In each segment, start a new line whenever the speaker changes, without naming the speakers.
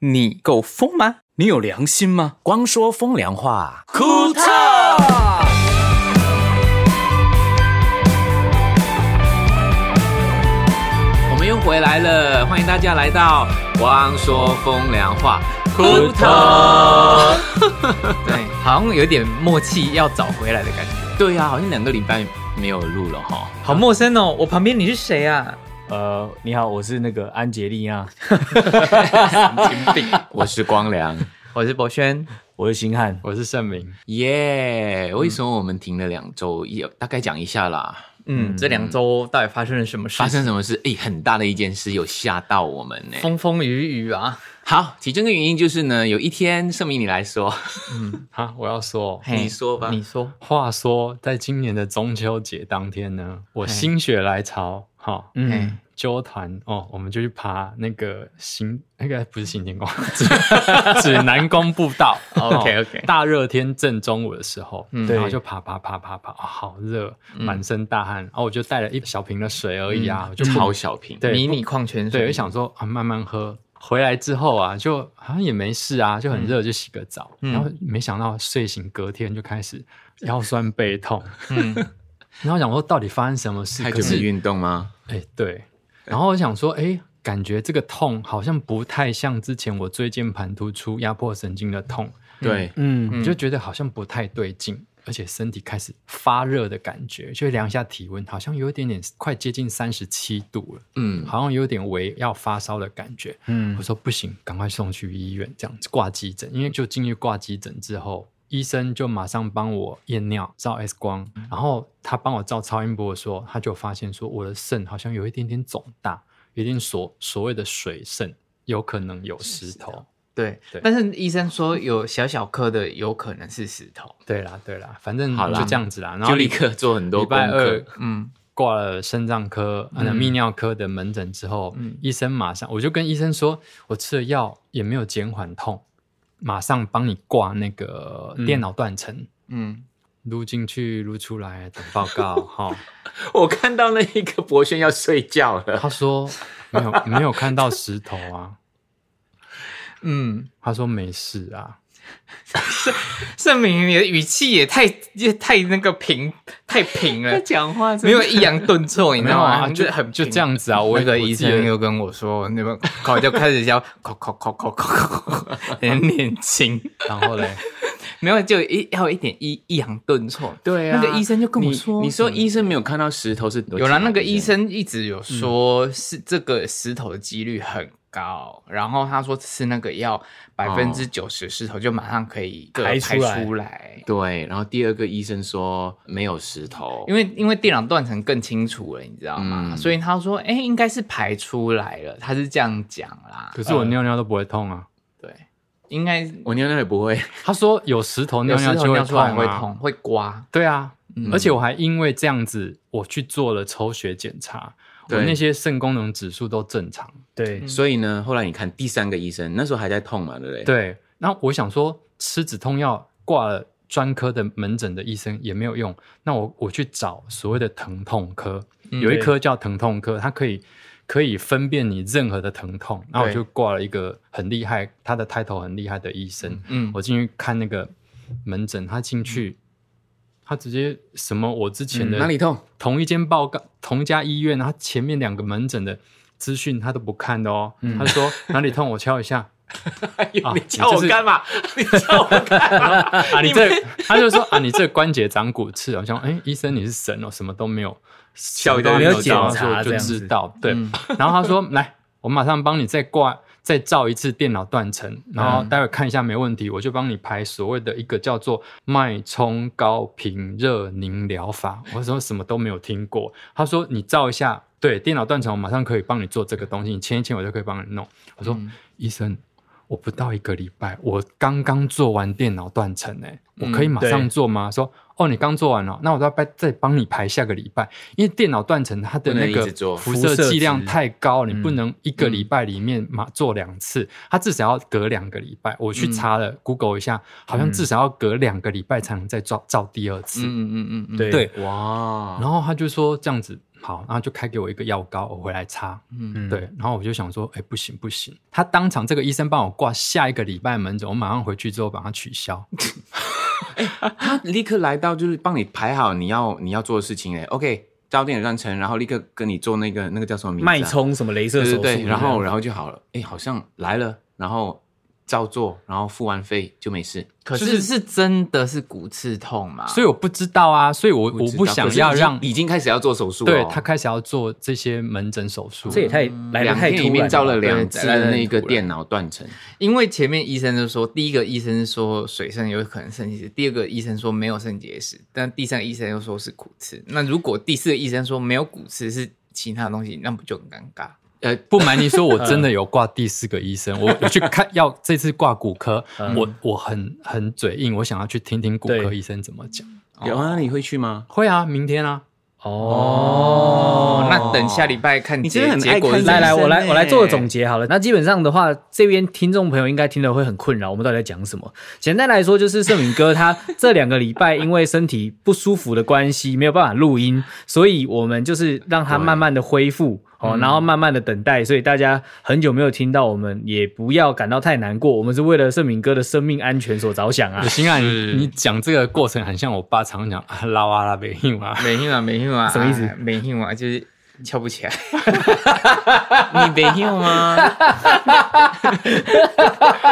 你够疯吗？你有良心吗？
光说风凉话，
库特。
我们又回来了，欢迎大家来到光说风凉话，
库特。
对，好像有点默契要找回来的感觉，
对呀、好像两个礼拜没有录了哈。
好陌生哦。我旁边你是谁啊？
呃，你好，我是那个安杰丽亚，
我是光良，
我是博轩，
我是星汉。
我是盛明，
耶、为什么我们停了两周？也大概讲一下啦。
嗯，这两周到底发生了什么事？
发生什么事？哎、很大的一件事，有吓到我们呢、
风风雨雨啊，
好，其中一个原因就是呢，有一天，盛明你来说，
哈，我要说，哦
嘿
你说吧
你说，
话说，在今年的中秋节当天呢，我
嘿
心血来潮，哈，
嘿
嗯，
纠团哦，我们就去爬那个行，那个不是 行天宫，指指南宫步道。
OK，
哦
OK
大热天正中午的时候，
嗯
然后就爬爬爬爬爬，哦好热，满身大汗，然后我就带了一小瓶的水而已啊，
嗯
我就不
超小瓶，
对
迷
不
你矿泉水，
对，我想说啊，慢慢喝。回来之后啊，就好像也没事啊，就很热，就洗个澡。然后没想到睡醒隔天就开始腰酸背痛，
嗯，
然后想说到底发生什么事？
太
可
久没
是
运动吗？
哎，对。然后我想说，哎，感觉这个痛好像不太像之前我椎间盘突出压迫神经的痛，
对，
嗯，
我就觉得好像不太对劲，而且身体开始发热的感觉，就量一下体温，好像有一点点快接近三十七度了。
嗯，
好像有点微要发烧的感觉。嗯，我说不行，赶快送去医院，这样子挂急诊。因为就进去挂急诊之后，医生就马上帮我验尿、照 X 光，
嗯
然后他帮我照超音波的时候，他就发现说我的肾好像有一点点肿大，有点所所谓的水肾，有可能有石
哦
头。
对
对。
但是医生说有小小颗的，有可能是石头。
对啦，对啦，反正
好啦
就这样子啦。然后
就立刻做很多
礼
功
拜二
课，，
嗯，
挂了肾脏科、呃泌尿科的门诊之后，
嗯
医生马上我就跟医生说，我吃了药也没有减缓痛，马上帮你挂那个电脑断层，
嗯，
撸进去撸出来等报 告哈。
我看到那一个博轩要睡觉了，
他说没有没有看到石头啊，
嗯，
他说没事啊，
盛明，你的语气也太也太那个平太平了，
讲话
没有抑扬顿挫，你知
没有
道吗？
啊，就
很
就
平
这样子啊。我
那个
我
医
自己也
生又跟我说，那个口就开始叫口口口口口口口，很年轻，
然后嘞，
没有就一要有一点抑抑扬顿挫。
对
那个医生就跟我
你
说，
你说医生没有看到石头是多
有
了
了那个医，生一直有说是这个石头的几率很高，然后他说吃那个药百分之九十石头就马上可以
排
出
出来
来。
对，然后第二个医生说没有石头，
因为因为电脑断层更清楚了，你知道吗？
嗯
所以他说，哎、应该是排出来了，他是这样讲啦。
可是我尿尿都不会痛啊。
对，应该
我尿尿也不会，
他说有石头尿
有时
尿
候
就会
尿出
痛
来会
啊
痛，会刮。
对啊，
嗯
而且我还因为这样子，我去做了抽血检查，我
对
那些肾功能指数都正常。
对，
所以呢，后来你看第三个医生那时候还在痛嘛，对不对？，
对，那我想说吃止痛药挂了专科的门诊的医生也没有用，那我我去找所谓的疼痛科，
嗯
有一科叫疼痛科，它可以。可以分辨你任何的疼痛，那我
对
就挂了一个很厉害，他的 title 很厉害的医生，
嗯，
我进去看那个门诊，他进去，他直接什么我之前的、
嗯哪里 痛？
同一间报告、同一家医院，然后前面两个门诊的资讯他都不看的哦。他说哪里痛我敲一下啊
哎你叫我干嘛？你叫我干嘛？
啊，你这他就说啊，你这关节长骨刺哦，我想哎，医生你是神哦，什么都没有，
笑
什么都
都
没有
知道
检查
所以我就
这样子
知道对。然后他说来，我马上帮你再挂。再照一次电脑断层，然后待会看一下没问题，我就帮你排所谓的一个叫做脉冲高频热凝疗法。我说什么都没有听过，他说你照一下，对，电脑断层我马上可以帮你做这个东西，你签一签我就可以帮你弄。我说、
嗯
医生，我不到一个礼拜，我刚刚做完电脑断层诶，
嗯
我可以马上
对
做吗？说哦，你刚做完了，那我再帮再帮你排下个礼拜，因为电脑断层它的
不能
那
一
个
直做
辐
辐
射
射
剂量
值
太高，你不能一个礼拜里面嘛做两
嗯
次，它至少要隔两个礼拜。我去查了、Google 一下，好
嗯
像至少要隔两个礼拜才能再照照第二次。
嗯嗯嗯嗯，
对
对，
哇，
然后他就说这样子，好，然后就开给我一个药膏，我回来擦。
嗯
对，，然后我就想说，哎，不行不行，他当场这个医生帮我挂下一个礼拜门诊，我马上回去之后把它取消。
他立刻来到，就是帮你排好你要你要做的事情哎，OK，到电影断层，然后立刻跟你做那个那个叫什么名字、啊？
脉冲什么镭射
对
手
对
术，
对，然后然后就好了，哎，好像来了，然后照做，然后付完费就没事。
可
就是
是真的是骨刺痛嘛？
所以我不知道啊，所以我我
知道
不
可
想
是
要
已经
让
已经开始要做手术、哦，
对他开始要做这些门诊手术，
这也太来的
两
太
天
突
里
然
面照了
吧
两次
对来得
的
很
那个
突然
电脑断层，
因为前面医生就说，第一个医生是说水肾有可能肾结石，第二个医生说没有肾结石，但第三个医生又说是骨刺。那如果第四个医生说没有骨刺是其他东西，那不就很尴尬？
呃，
不瞒你 说，我真
嗯
的有挂第四个医生，我我去看要这次挂骨科，
嗯
我我很很嘴硬，我想要去听听骨科
对
医生怎么讲。
有啊，你会去吗？
会啊，明天啊，
哦
哦，那等下礼拜看
你
结
真的很爱
结果
看
是
医
怎
生
么
来来，
欸
我来我来做个总结好了。那基本上的话，这边听众朋友应该听了会很困扰，我们到底在讲什么？简单来说，就是盛敏哥他这两个礼拜因为身体不舒服的关系，没有办法录音，所以我们就是让他慢慢的恢复
嗯
哦，然后慢慢的等待。所以大家很久没有听到我们，也不要感到太难过，我们是为了盛敏哥的生命安全所着想啊
我。心啊，你你讲这个过程很像我爸常讲啊，拉哇拉北 硬啊，
没用啊，没用啊，
什么意思
啊？没用啊，就是翘不起来。
你没啊用吗？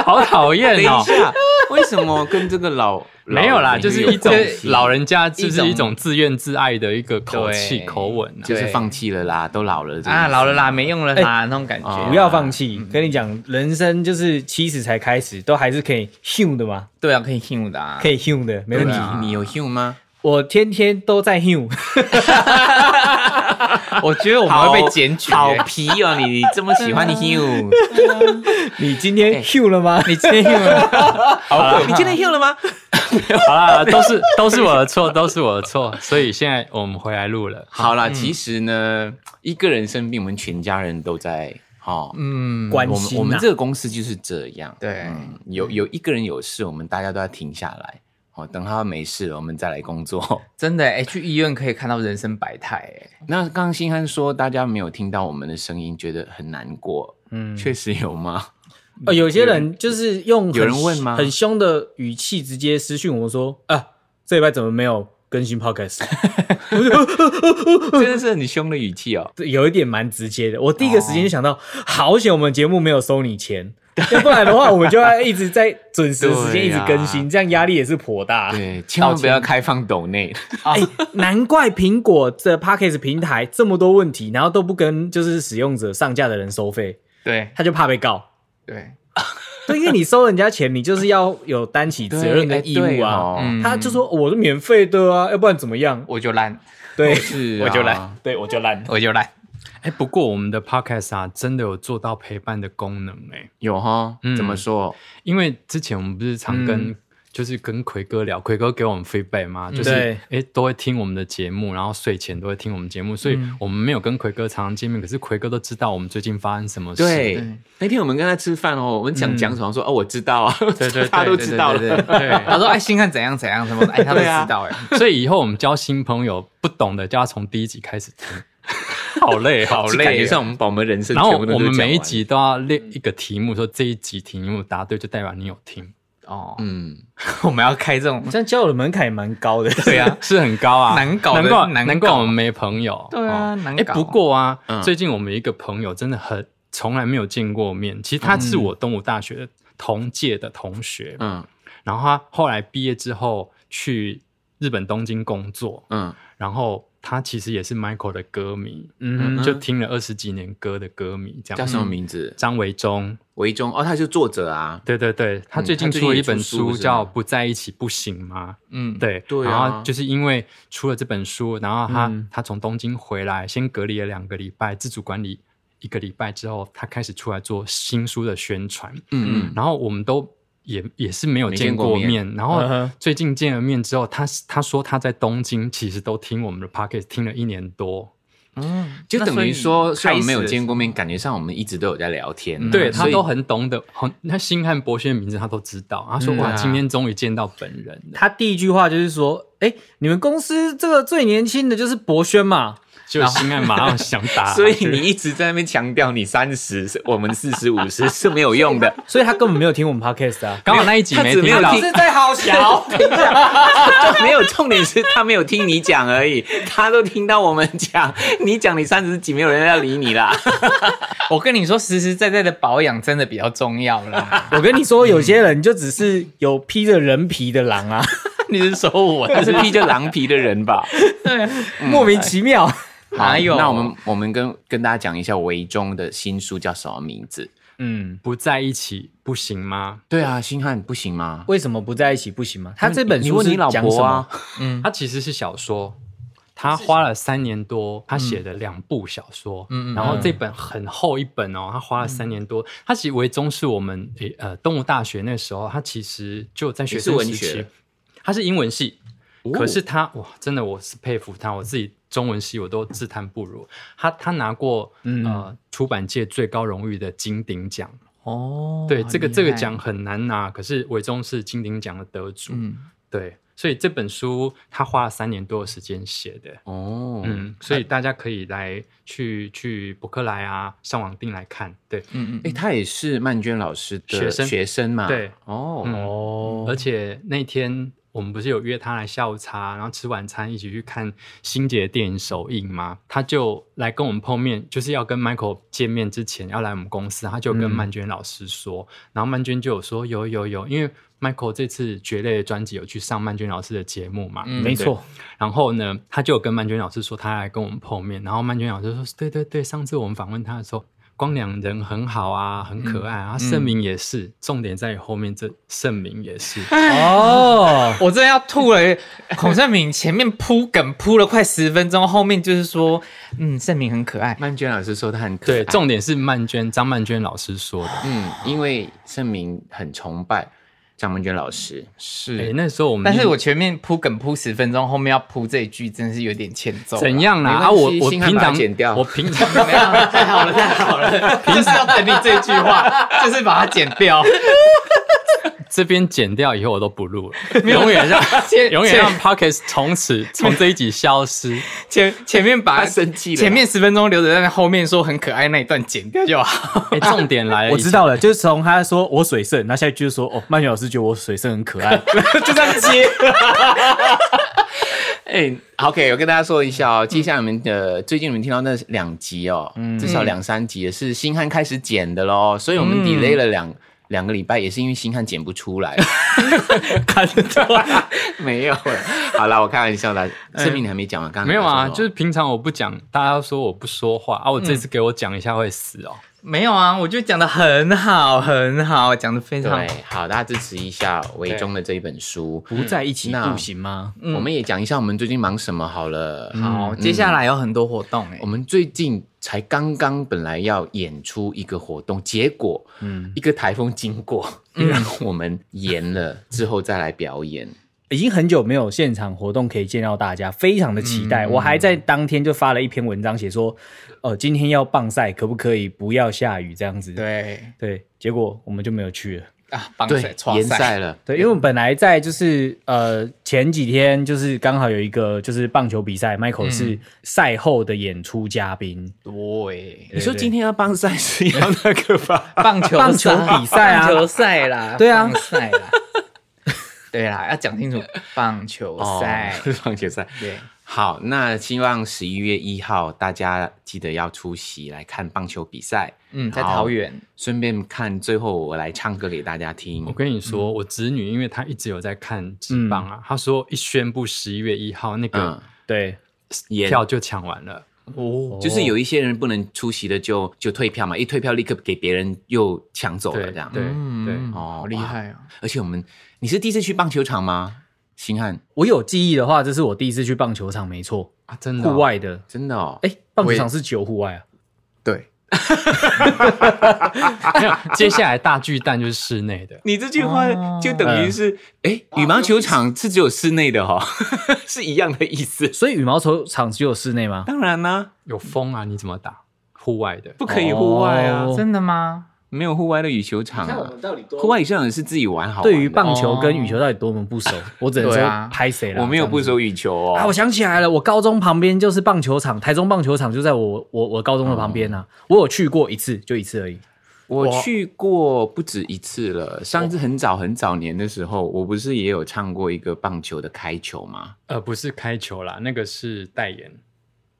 好讨
等
厌
一
哦。
下，为什么跟这个老
没有啦，就是一种老
人
人家就是
一
一
种
种自怨自艾的一个口气
对
口吻、啊。
就是放弃了啦，都老了
啊，老了啦，没用了啦，那种感觉。啊
哦
不要放弃，跟你讲，人生就是七十才开始，都还是可以 hum 的嘛，
对啊，可以听我的啊，
可以 hum 的，没
那
问
你
题。
你有 h u 吗？
我天天都在 hum。
我觉得我们会被检举欸。
好皮哦，你这么喜 欢 h u
你今天 Q 了吗？你今天 Q 了吗？
你今天 h u 了吗？
好啦，都是都是我的错，都是我的错。所以现在我们回来录了。
好啦，其实呢，一个人生病，我们全家人都在哦。
嗯，
关
我们
心、啊、
我们这个公司就是这样，
对
嗯有有一个人有事，我们大家都要停下来，哦，等他没事了，我们再来工作。
真的哎，去医院可以看到人生百态哎。
那刚刚新汉说大家没有听到我们的声音，觉得很难过，
嗯，
确实有吗？
呃，有些人就是用很
有人问吗
很凶的语气直接私讯我们说啊，这礼拜怎么没有更新 podcast？
真的是很凶的语气哦。
有一点蛮直接的。我第一个时间就想到，好险我们节目没有收你钱，要不然的话我们就要一直在准时的时间一直更新，
对
这样压力也是颇大。
对，千万不要开放抖 内，
哦
哎、难怪苹果的 podcast 平台这么多问题，然后都不跟就是使用者上架的人收费，
对
他就怕被告。
对，
对，因为你收人家钱，你就是要有担起责任跟义务啊。
哎对哦
嗯
他就说我是免费的啊，要不然怎么样？
我就烂，
对，
是、啊，
我就来，
对我就烂。
我就烂。
哎、不过我们的 podcast 啊，真的有做到陪伴的功能哎、
有哈，
嗯
怎么说？
因为之前我们不是常跟、就是跟奎哥聊，奎哥给我们 feedback 嘛，就是
对
哎、诶都会听我们的节目，然后睡前都会听我们节目，所以我们没有跟奎哥常常见面，可是奎哥都知道我们最近发生什么事。
对
对，
那天我们跟他吃饭哦，我们想讲什么，说哦，我知道啊，
对对，对
他都知道
对对
了。
对 对他说哎，星汉怎样怎样什么的，哎，他都
对啊
知道哎。
所以以后我们交新朋友，不懂的就要从第一集开始 听，好累，好
是感觉上我们把我们人生
然后
全部都
我们
讲完
每一，集都要列一个题目，说这一集题目答对就代表你有听，
哦，
嗯，
我们要开这种
这样交友的门槛也蛮高的。
对啊，
是很高啊，
难搞的
难怪
难搞
难怪我们没朋友。
对啊
哦
难
诶
搞
不过啊，
嗯
最近我们一个朋友真的很从来没有见过面，其实他是我东吴大学的同届的同学，
嗯
然后他后来毕业之后去日本东京工作，
嗯，
然后他其实也是 Michael 的歌迷，
嗯
嗯
就听了二十几年歌的歌迷这样。
叫什么名字？
张维忠，
维忠哦，他是作者啊。
对对对，他最近
他最近
出了
也
一本
出书
书
是吗
叫《不在一起不行吗》，
嗯，
对，
对啊
然后就是因为出了这本书，然后他、
嗯
他从东京回来，先隔离了两个礼拜，自主管理一个礼拜之后，他开始出来做新书的宣传，
嗯嗯，
然后我们都也也是没有
没
见
见过
过
面
面，然后
嗯哼
最近见了面之后，他他说他在东京其实都听我们的 p o c k e t 听了一年多，
嗯，
就等于说，虽然没有见
过，
过面，感觉上我们一直都有在聊天啊。
对他
所以，
都很懂得，很那星汉博轩的名字他都知道，他说、
嗯
哇，
对啊
今天终于见到本人了。
他第一句话就是说：“哎、你们公司这个最年轻的就是博轩嘛？
就心爱马上想打
所 以你一直在那边强调你三十，我们四十五十是没有用 的。
所以他根本没有听我们 podcast 啊。
刚好那一集
他
没
只没有
听到
听，
在好小，
就没有重点是他没有听你讲而已，他都听到我们讲，你讲你三十几，没有人要理你 啦。
我跟你说，实实在在的保养真的比较重要 啦。
我跟你说，有些人就只是有披着人皮的狼啊，
你是说我？
他是披着狼皮的人 吧？嗯
莫名其妙。
哎
哪有？
那我们我们跟跟大家讲一下维中的新书叫什么名字？
嗯，不在一起不行吗？
对啊，星汉不行吗？
为什么不在一起不行吗？他这本
嗯你
书
问
是
你老
讲什
婆啊
么？？
嗯
它其实是小说，他花了三年多，他写的两部小说，
嗯嗯嗯嗯
然后这本很厚一本哦，他花了三年多。他其实维中是我们诶呃东吴大学那时候，他其实就在学生
你是文
时
学
期，他是英文系，
哦
可是他哇，真的我是佩服他，我自己中文系我都自叹不如。他他拿过、
嗯
呃出版界最高荣誉的金鼎奖，
哦，
对这个这个
很厉
奖
害，
很难拿，可是维中是金鼎奖的得主，
嗯，
对，所以这本书他花了三年多的时间写的。
哦，
嗯，所以大家可以来去去博客来啊，上网订来看。对，
嗯嗯
哎，他也是曼娟老师的
学生
学生嘛？
对，
哦，
嗯，
哦
啊而且那天我们不是有约他来下午茶，然后吃晚餐一起去看新姐的电影首映吗？他就来跟我们碰面，就是要跟 Michael 见面之前要来我们公司，他就跟曼娟老师说，然后曼娟就有说有有有，因为 Michael 这次蕨类的专辑有去上曼娟老师的节目嘛，
嗯
没
对
错，
然后呢，他就有跟曼娟老师说他来跟我们碰面，然后曼娟老师说，对对对，上次我们访问他的时候，光良人很好啊，很可爱
嗯
啊，盛明也是，重点在于后面这盛明也是，
哦，
我真的要吐了。 孔圣敏前面铺梗铺了快十分钟，后面就是说，嗯，盛明很可爱。
曼娟老师说他很可爱
对，重点是曼娟张曼娟老师说的，
嗯，因为盛明很崇拜张曼娟老师，
哎，
是，
那时候我们
但是
就
我前面铺梗铺十分钟，后面要铺这一句，真是有点欠揍。
怎？样啦？
没
啊，
关系
我我
幸好把
平
它
常
剪掉
我平常
太好了，太好了，就是要等你这句话，就是把它剪掉，
这边剪掉以后我都不 录了，永远 让
剪
永远让 Pockets 从此从这一集消失。
前前面把
他生气了
前面十分钟留着，但后面说很可爱那一段剪掉就好。
哎，重点来了，
我知道了，就是从他说我水肾，那下一句就说哦，曼女老师觉得我水肾很可爱，就这样接。
哎、o k 我跟大家说一下哦，接下来你们的最近你们听到那两集哦，
嗯
至少两三集也是星汉开始剪的喽，所以我们
嗯
delay 了两、两个礼拜，也是因为星汉剪不出 来，
看得到，
没有了。好啦，我开玩笑啦，证明你还没讲完，刚刚
哎没有啊，就是
是
平常我不讲，大家说我不说话
嗯
啊，我这次给我讲一下会死哦。
没有啊，我就讲的很好，很好，讲的非
对
常好。，
好，大家支持一下维中的这一本书。
嗯
不在一起
那
不 行吗？
我们也讲一下我们最近忙什么好了。
好，接下来有很多活动哎、
我们最近才刚刚本来要演出一个活动，结果，嗯，一个台风经过，
嗯
让我们延了，之后再来表演。
已经很久没有现场活动可以见到大家，非常的期待。我还在当天就发了一篇文章，写说，呃，今天要棒赛，可不可以不要下雨这样子？
对
对，结果我们就没有去了。
啊，棒
对
水，
延
创
赛了。
对，因为我们本来在就是呃前几天就是刚好有一个就是棒球比赛，Michael 是赛后的演出嘉宾，
对，
你说今天要帮赛是要那个吧？
欸 棒球
棒球比赛啊
棒球赛啦，
对啊
棒赛啦，对啦，要讲清楚棒球赛，
棒球赛。
哦对，
好，那希望十一月一号大家记得要出席来看棒球比赛，
嗯，在
好
桃园，
顺便看最后我来唱歌给大家听
我。跟你说，我侄女因为她一直有在看职棒啊，她说一宣布十一月一号那
嗯
个，
对，
演
票就抢完了，
哦，
就是有一些人不能出席的就就退票嘛，一退票立刻给别人又抢走了
对
这样。
对对。
嗯
哦
好厉害哦，
而且我们，你是第一次去棒球场吗？星汉，
我有记忆的话，这是我第一次去棒球场，没错，
啊，真的哦
户外的。
真的哦，，
哎、棒球
也
场是九户外啊。
对，
没有。接下来大巨蛋就是室内的
你这句话就等于是，哎、哦羽毛球场是只有室内的哈、 哦，是一样的意思。
所以羽毛球场只有室内吗？
当然啦、
有风啊，你怎么打？户外的
不可以户外啊。
哦
真的吗？
没有户外的羽球场啊，
到底
户外羽球场是自己玩好玩的。哦
对于棒球跟羽球到底多么不熟，我只能
对
说
啊
拍谁了。
我没有不
这样子
收羽球
啊，我
哦，
想起来了，我高中旁边就是棒球场，台中棒球场就在我我我高中的旁边
哦
啊，我有去过一次，就一次而已。
我去过不止一次了。上次很早很早年的时候，我不是也有唱过一个棒球的开球吗？
呃，不是开球啦，那个是代言。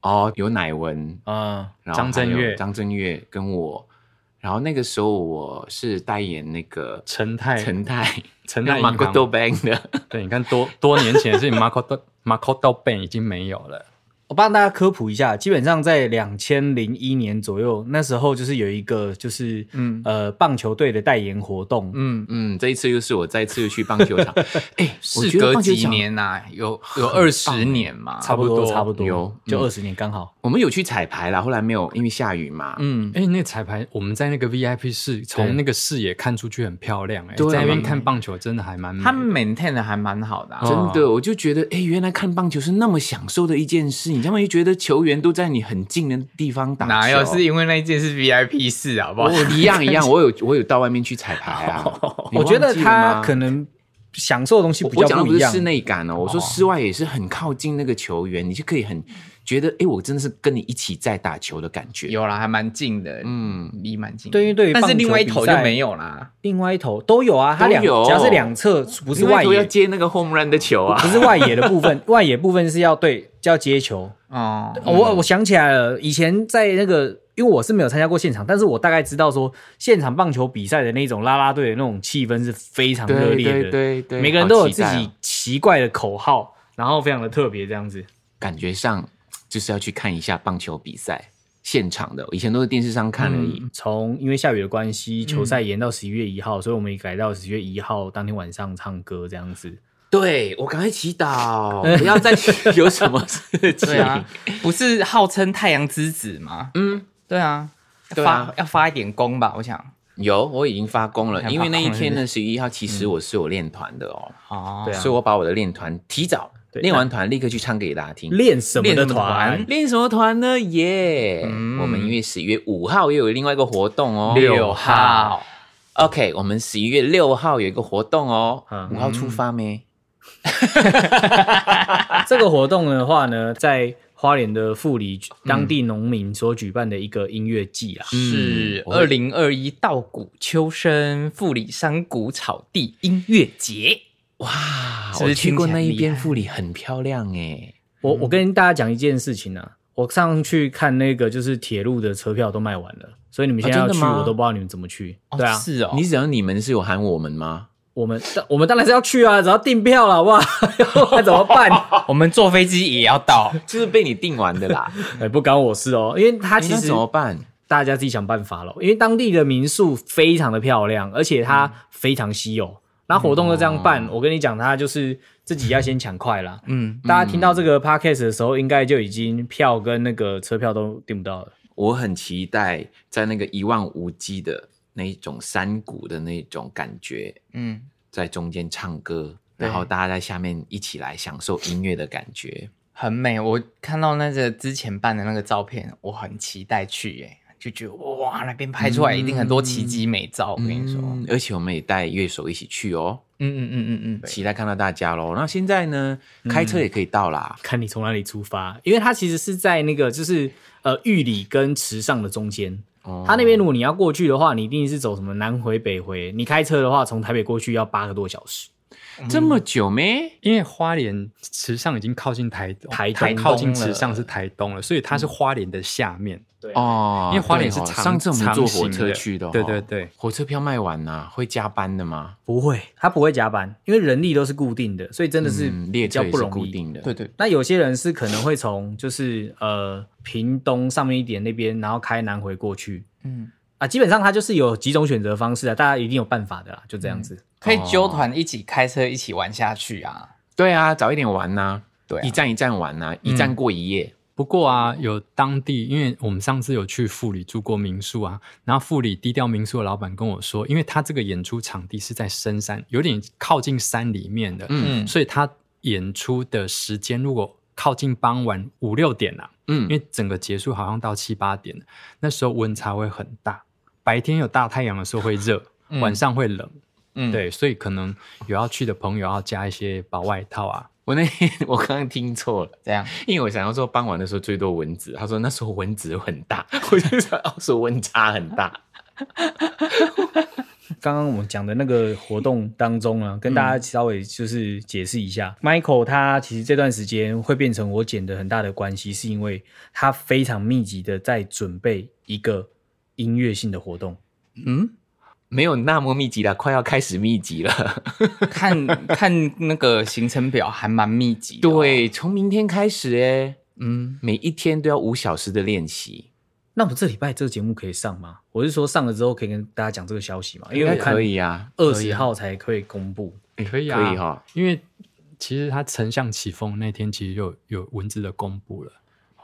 哦，有乃文，
啊、
然后
张震
还有
岳
张震岳跟我，然后那个时候我是代言那个
陈泰，
陈泰，
陈
那
泰银
马
行
哥豆 bank 的，
对，你看多多年前的事情，Marco 到 Marco 到 Ben 已经没有了。
我帮大家科普一下，基本上在两千零一年左右，那时候就是有一个就是嗯呃棒球队的代言活动，
嗯，
嗯，这一次又是我再次又去棒球场，哎，我
事
觉得
隔
棒球
几
场，
年呐、有有二十年嘛，
差不多
差
差不
不
多
有嗯
就二十年刚好。
我们有去彩排啦，后来没有，因为下雨嘛，
嗯，
哎、那彩排我们在那个 VIP 室，
对
从那个视野看出去很漂亮、哎，
对
在那边看棒球真的还
嗯
蛮美的。
他们 maintain 的还蛮好的、啊，
哦
真的，我就觉得，哎、原来看棒球是那么享受的一件事，你知道吗？就觉得球员都在你很近的地方打球。哦
哪有是因为那一件是 VIP 室，好不好
我？一样一样，我有我有到外面去彩排 啊。你
哦我觉得
忘记了
他
吗
可能享受的东西
我
比
我
较
讲的
不
不
一
是
样
室。内感哦，我说室外也是很靠近那个球员，你就可以很觉得，哎、我真的是跟你一起在打球的感觉。
有啦，还蛮近的，
嗯，
离蛮近的。
对于对于
但是
棒球
另外一头
比
就
赛
没有啦。
另外一头都有啊，它
都
两
有
只要是两侧不
不
是外
要
野，
接那个 home run 的球啊
不。是外野的部分， 外野部分是要对就要接球。
哦，
嗯
哦我我想起来了，以前在那个，因为我是没有参加过现场，但是我大概知道说，现场棒球比赛的那种啦啦队的那种气氛是非常热
对
烈的，
对对对，
每个人都有自
好期待
己
哦
奇怪的口号，然后非常的特别这样子。
感觉上就是要去看一下棒球比赛现场的，我以前都是电视上看而
嗯
已。
从因为下雨的关系，球赛
嗯
延到十一月一号，所以我们也改到十月一号当天晚上唱歌这样子。
对我赶快祈 祷，不要再有什么事情。
对啊，不是号称太阳之子吗？
嗯，
对啊，要
对
发、
啊
要发一点功吧，我想。
有我已经发功了，
还发
因为那一天
功
呢，十一号，其实我是有练团的哦，
哦，
对啊
所以我把我的练团提早
对
练完团，立刻去唱给大家听。
练什么
练
的
什么
团
团？
练什么团呢？耶、
嗯
我们因为十一月五号又有另外一个活动哦，
六号，
OK，我们十一月六号有一个活动哦
嗯，
五号出发没？
这个活动的话呢，在花莲的富里当地农民所举办的一个音乐季啊，
是
我
二
会
零二一稻谷秋生富里山谷草地音乐节。
哇，
是不
我
是
去过那一边，
听起来很厉害
富里很漂亮哎。
我我跟大家讲一件事情啊，我上去看那个就是铁路的车票都卖完了，所以你们现在
啊
要
真的
去，
吗
我都不知道你们怎么去。对啊，
是哦，
你讲你们是有喊我们吗？
我们但我们当然是要去啊，只要订票了，哇， 还怎么 办？
我们坐飞机也要 到，
就是被你定完的 啦。
哎，不干我事哦，因为
啊
它
哎那
其实
怎么办？
大家自己想办法咯，因为当地的民宿非常的漂亮，而且
嗯
它非常稀有。那活动就这样办，我跟你讲，它就是自己要先抢快啦。
嗯，
大家听到这个 podcast 的时候，应该就已经票跟那个车票都订不到了。
我很期待在那个一望无际的那一种山谷的那种感觉，
嗯，
在中间唱歌，
对
然后大家在下面一起来享受音乐的感觉。
很美。我看到那个之前办的那个照片，我很期待去耶，就觉得哇，那边拍出来一定很多奇迹美照。我跟你说，嗯
嗯，而且我们也带乐手一起去哦，
嗯嗯嗯嗯，
期待看到大家喽。那现在呢，开车也可以到啦。
看你从哪里出发，因为它其实是在那个就是呃玉里跟池上的中间。
哦
它那边如果你要过去的话，你一定是走什么南回北回。你开车的话，从台北过去要八个多小时。
嗯这么久没？
因为花莲池上已经靠近台东，
台东
它靠近
了
池上是台东了，所以它是花莲的下面。
对
哦，
因为花莲是
对哦
长
上次我们坐火
长形
车
的
去的哦，
对对对
火车票卖完啦，会加班的吗？
不会，它不会加班，因为人力都是固定的，所以真的是
嗯
比
列
较
车也
不
是
容
固
易。
定的，
对对，
那有些人是可能会从就是呃屏东上面一点那边，然后开南回过去
嗯，
啊。基本上它就是有几种选择方式啊，大家一定有办法的啦，就这样子。
可以揪团一起开车一起玩下去啊。
对啊，早一点玩呐，
对啊
一站一站玩呐，一站过一夜。
不过啊，有当地，因为我们上次有去富里住过民宿啊，然后富里低调民宿的老板跟我说，因为他这个演出场地是在深山，有点靠近山里面的，
嗯
所以他演出的时间如果靠近傍晚五六点啦、啊，
嗯，
因为整个结束好像到七八点，那时候温差会很大。白天有大太阳的时候会热，晚上会冷。
嗯
对，所以可能有要去的朋友要加一些薄外套啊。
我那天我刚刚听错了，
这样
因为我想要说傍晚的时候最多蚊子，他说那时候蚊子很大， 我就想要说温差很大。
刚刚我们讲的那个活动当中啊，跟大家稍微就是解释一下、m i c h a e l 他其实这段时间会变成我剪的很大的关系，是因为他非常密集的在准备一个音乐性的活动。
嗯没有那么密集了，快要开始密集了。
看看那个行程表还蛮密集的哦、
对，从明天开始哎，
嗯，
每一天都要五小时的练习，
那我们这礼拜这个节目可以上吗？我是说上了之后可以跟大家讲这个消息嘛，因为
应
我
该
看
可以啊，
二十号才可以公布。
可以啊，
可以哈。
因为其实它丞相起风那天，其实有有文字的公布了。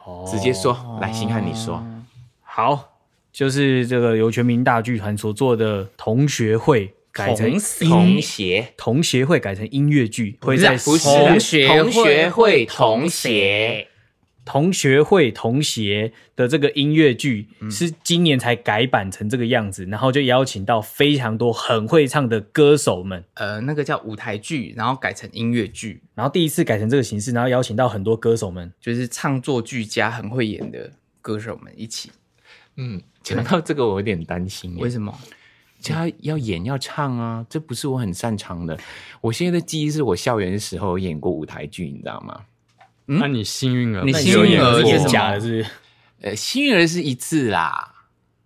哦
直接说，来，星汉你说，
好，就是这个由全民大剧团所做的同学会改成
同
同
音
学，
同协会改成音乐剧，会
是
啊
在
不是
同
同
学
学
同
会
学会同
同
学
学，
同学会同协的这个音乐剧是今年才改版成这个样子，然后就邀请到非常多很会唱的歌手们，
呃，那个叫舞台剧，然后改成音乐剧，
然后第一次改成这个形式，然后邀请到很多歌手们。
就是唱作俱佳、很会演的歌手们一起。
嗯，讲到这个我有点担心耶，
为什么？
就要要演要唱啊，这不是我很擅长的。我现在的记忆是我校园的时候演过舞台剧，你知道吗？
那、你幸运了，
你
那
幸
有
运
演
儿是
这
过
什
是
么
假的，是不是？
呃，幸运儿是一次啦，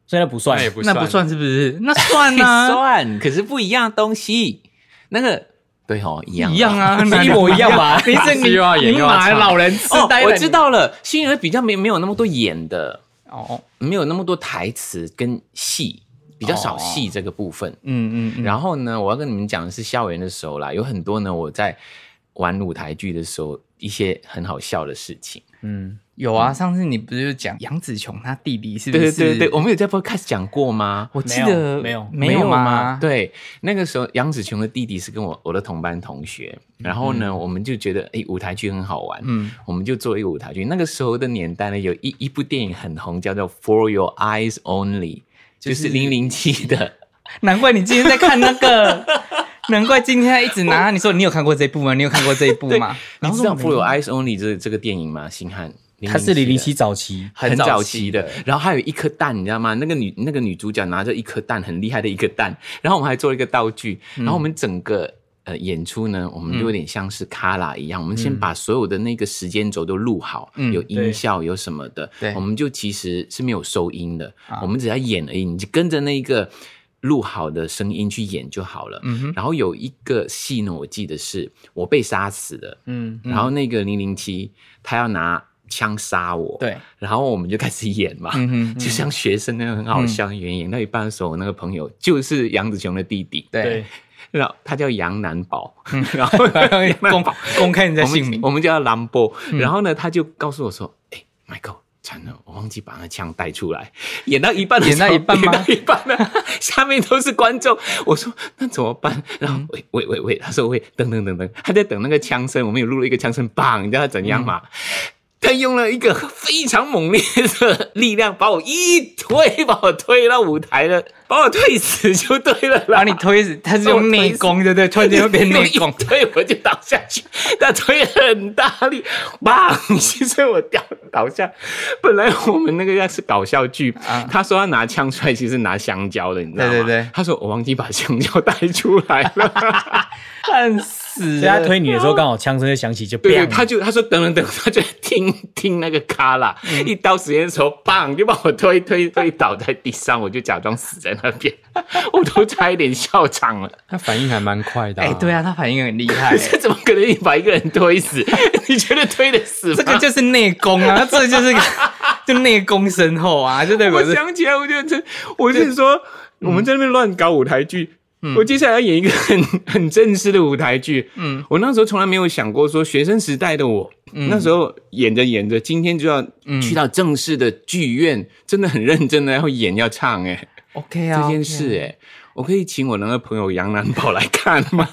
所以那不算
那。也不
那不
算。
算是不 是？那算啊，
算，可是不一样的东西。那个对哦， 一样
一样
啊。
啊，
是一模一样吧
你这你
又要演
你
又要
马
唱
老人痴
哦
呆，了
我知道了，幸运儿比较没没有那么多演的，
你哦，
没有那么多台词跟戏，比较少戏这个部分。
嗯嗯嗯，
然后呢，我要跟你们讲的是校园的时候啦，有很多呢我在玩舞台剧的时候一些很好笑的事情。
嗯，
有啊，上次你不是讲杨紫琼她弟弟是不
对
是？
对对，我们有在 podcast 讲过吗？
我记得
没有
没有吗？，
对，那个时候杨紫琼的弟弟是跟我我的同班同学，然后呢，我们就觉得诶舞台剧很好玩，
嗯，
我们就做一个舞台剧。那个时候的年代呢，有一一部电影很红，叫做《For Your Eyes Only》，就是零零七的。
难怪你今天在看那个， 难怪今天一直拿你说你有看过这一部吗？你有看过这一部吗？
你知道《For Your Eyes Only 这》这个电影吗？星汉，
它是零零七
的。
早期，
很早
早
期
期
的，然后还有一颗蛋，你知道吗？那个女那个女主角拿着一颗蛋，很厉害的一颗蛋。 然后我们还做了一个道具，
嗯
然后我们整个呃演出呢，我们就有点像是卡拉一样，我们先把所有的那个时间轴都录好，
嗯
有音效有什么的，
对啊
我们就其实是没有收音的，我们只要演而已，你就跟着那一个录好的声音去演就好了。
嗯哼，
然后有一个戏呢，我记得是我被杀死的，
嗯，
然后那个零零七他要拿枪杀我，
对，
然后我们就开始演嘛，
嗯哼，
就像学生那样很好笑，演演到一半的时候，我那个朋友就是杨子琼的弟弟，
对，，嗯
然后他叫杨南宝，然后杨南
公
宝
公开你的
我
姓
们
名，嗯
我们叫他兰波，然后呢，他就告诉我说，哎，Michael。惨了，我忘记把那枪带出来。 演到一半的时
演
候，
到一半吗
演到一半呢， 下面都是观众。我说那怎么办？然后
嗯
喂喂喂喂，他说喂，等等等等，他在等那个枪声。我们有录了一个枪声，砰，你知道他怎样吗？
嗯
他用了一个非常猛烈的力量，把我一推，把我推到舞台了，把我推死就对了啦。，
把你推死，他是用内功，对不对？突然间会变内 功
对，我就倒下去，他推很大力，砰！其实我掉倒下。本来我们那个要是搞笑剧，
啊
他说他拿枪出来，其实拿香蕉的，你知道吗？
对对对
他说我忘记把香蕉带出来了。
看死
所以他推你的时候，刚好枪声就响起，就
对，
砰
他就他说等等等，他就听听那个卡啦，
嗯
一刀时间的时候，砰就把我推推推倒在地上，我就假装死在那边， 我都差一点笑场了。
他反应还蛮快的、
哎，对，啊，他反应很厉害
可，是怎么可能把一个人推死？ 你觉得推得死吗？
这个就是内功 啊，这个就是就内功深厚啊，就代表
我
是
想起来，我就真，我是说，我们在那边乱搞舞台剧。
嗯
我接下来要演一个很 很正式的舞台剧。嗯，我那时候从来没有想过说，学生时代的我，
嗯
那时候演着演着，今天就要去到正式的剧院，真的很认真的要演要唱哎、
OK 啊
这
OK 啊，
件事哎、我可以请我那个朋友杨南宝来看 吗？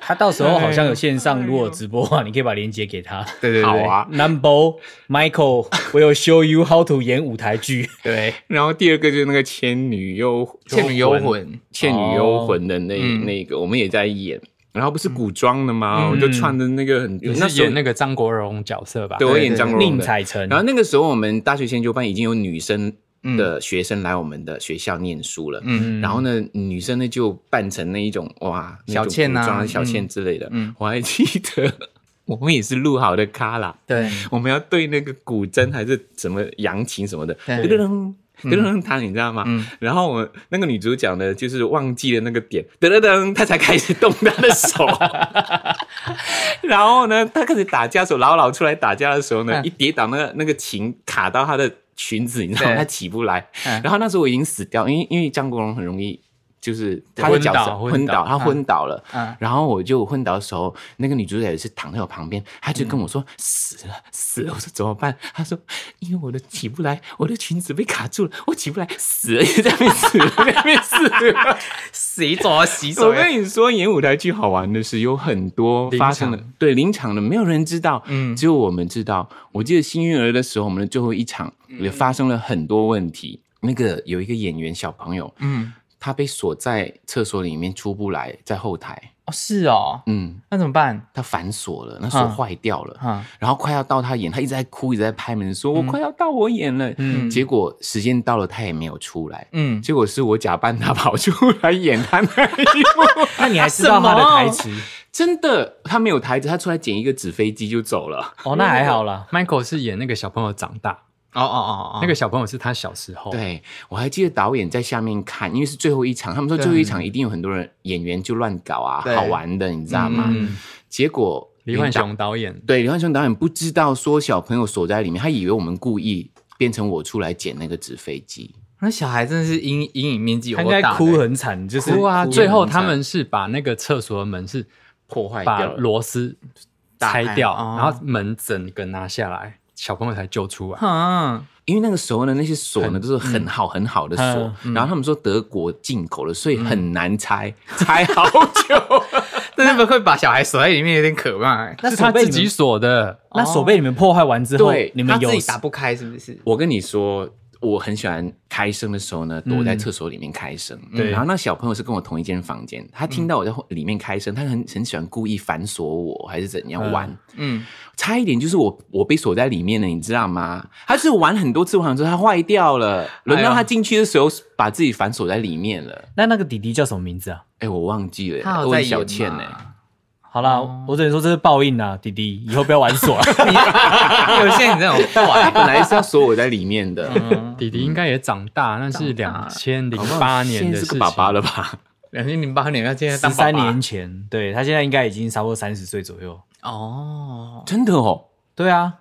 他到时候好像有线上，如果有直播的话，你可以把链接给他。
对对对，
好啊，
Number Michael will show you how to 演舞台剧。
对，
然后第二个就是那个《倩女幽
《倩女幽魂》，《
《倩女幽魂》的那、那个，我们也在演。然后不是古装的吗？我就穿的那个很，
你
那
是
时候
演那个张国荣角色吧？
对我演张国荣
宁
的。
采臣
然，后那个时候我们大学研究班已经有女生的学生来我们的学校念书了，嗯，然后呢，女生呢就扮成那一种哇，那种
小倩啊
古装的小倩之类的，嗯，我还记得 我们也是录好的卡啦，
对，
我们要对那个古筝还是什么扬琴什么的，
对嗯
噔噔噔。噔噔噔弹，你知道吗？然后我那个女主角呢，就是忘记了那个点，噔噔噔，她才开始动她的 手。然后呢，她开始打架的时候，老老出来打架的时候呢，
嗯
一跌倒，那个那个琴卡到她的裙子，你知道
对
吗？她起不来。
嗯
然后那时候我已经死掉，因为因为张国荣很容易就是他的
昏
角色
倒昏
昏倒，
倒
他昏倒了。
嗯
然后我就昏倒的时候，那个女主角也是躺在我旁边，她就跟我说、死了死了，我说怎么办？她说因为我的起不来，我的裙子被卡住了，我起不来，死了， 在那边死了，在那边死了。
洗手啊，洗手
我
啊，
跟你说，演舞台剧好玩的是有很多发生的
临，
对临场的没有人知道，
嗯
只有我们知道。我记得《幸运儿》的时候，我们的最后一场也发生了很多问题。那个有一个演员小朋友，
嗯，
他被锁在厕所里面出不来，在后台，
哦，是哦，
嗯，
那怎么办？
他反锁了，那锁
嗯
坏掉了。
哈，
然后快要到他演，他一直在哭，一直在拍门说：“我快要到我演了。”
嗯
结果时间到了，他也没有出来。
嗯，
结果是我假扮他跑出来演他那 一幕，
那你还知道他的台词？
真的，他没有台词，他出来捡一个纸飞机就走了。
哦，那还好啦。
Michael 是演那个小朋友长大，
哦哦哦哦，
那个小朋友是他小时
哦
候。，
对我还记得导演在下面看，因为是最后一场，他们说最后一场一定有很多人演员就乱搞啊，
嗯对嗯
好玩的，你知道吗？结果
李焕
导
雄导演，
对李焕雄导演不知道说小朋友锁在里面，他以为我们故意变成我出来捡那个纸飞机。
那小孩真的是阴阴影面积有
他应
多
该
大？
哭很惨，就是
哭啊！
哭
最后
很惨
他们是把那个厕所的门是
破坏
把
掉了。
螺丝
打开
拆掉，
哦
然后门整个拿下来，小朋友才救出来。
哈，
因为那个时候呢，那些锁呢都是很
嗯
好很好的锁，然后他们说德国进口的，
嗯
所以很难拆，拆好久。
但是会把小孩锁在里面有点可怕欸，
那
是
手
他
被
自
你
己
们
锁的，
那手被你们破坏完之后
对，
你们有
他自己打不开是不是？
我跟你说，我很喜欢开声的时候呢，躲在厕所里面开声。
嗯
嗯
对嗯
然后那小朋友是跟我同一间房间，他听到我在后里面开声，他很很喜欢故意反锁我，还是怎样玩。
嗯，
差一点就是我我被锁在里面了，你知道吗？他是玩很多次，玩之后他坏掉了，
哎
轮到他进去的时候，把自己反锁在里面了。
那那个弟弟叫什么名字啊？
哎、我忘记了，
他好在
问
演
小欸倩呢、
嘛
好啦，我只能说这是报应啊，弟弟，以后不要玩 锁。啊
有些人这种
他
坏，
本来是要锁我在里面的，
嗯
弟弟应该也长大，那是
长大
两千零八年
现
的
在是个
事情。
爸爸了吧？
两千零八年要现在
十
当爸爸
三年前，对他现在应该已经差不多三十岁左右。
哦，
真的哦，
对啊，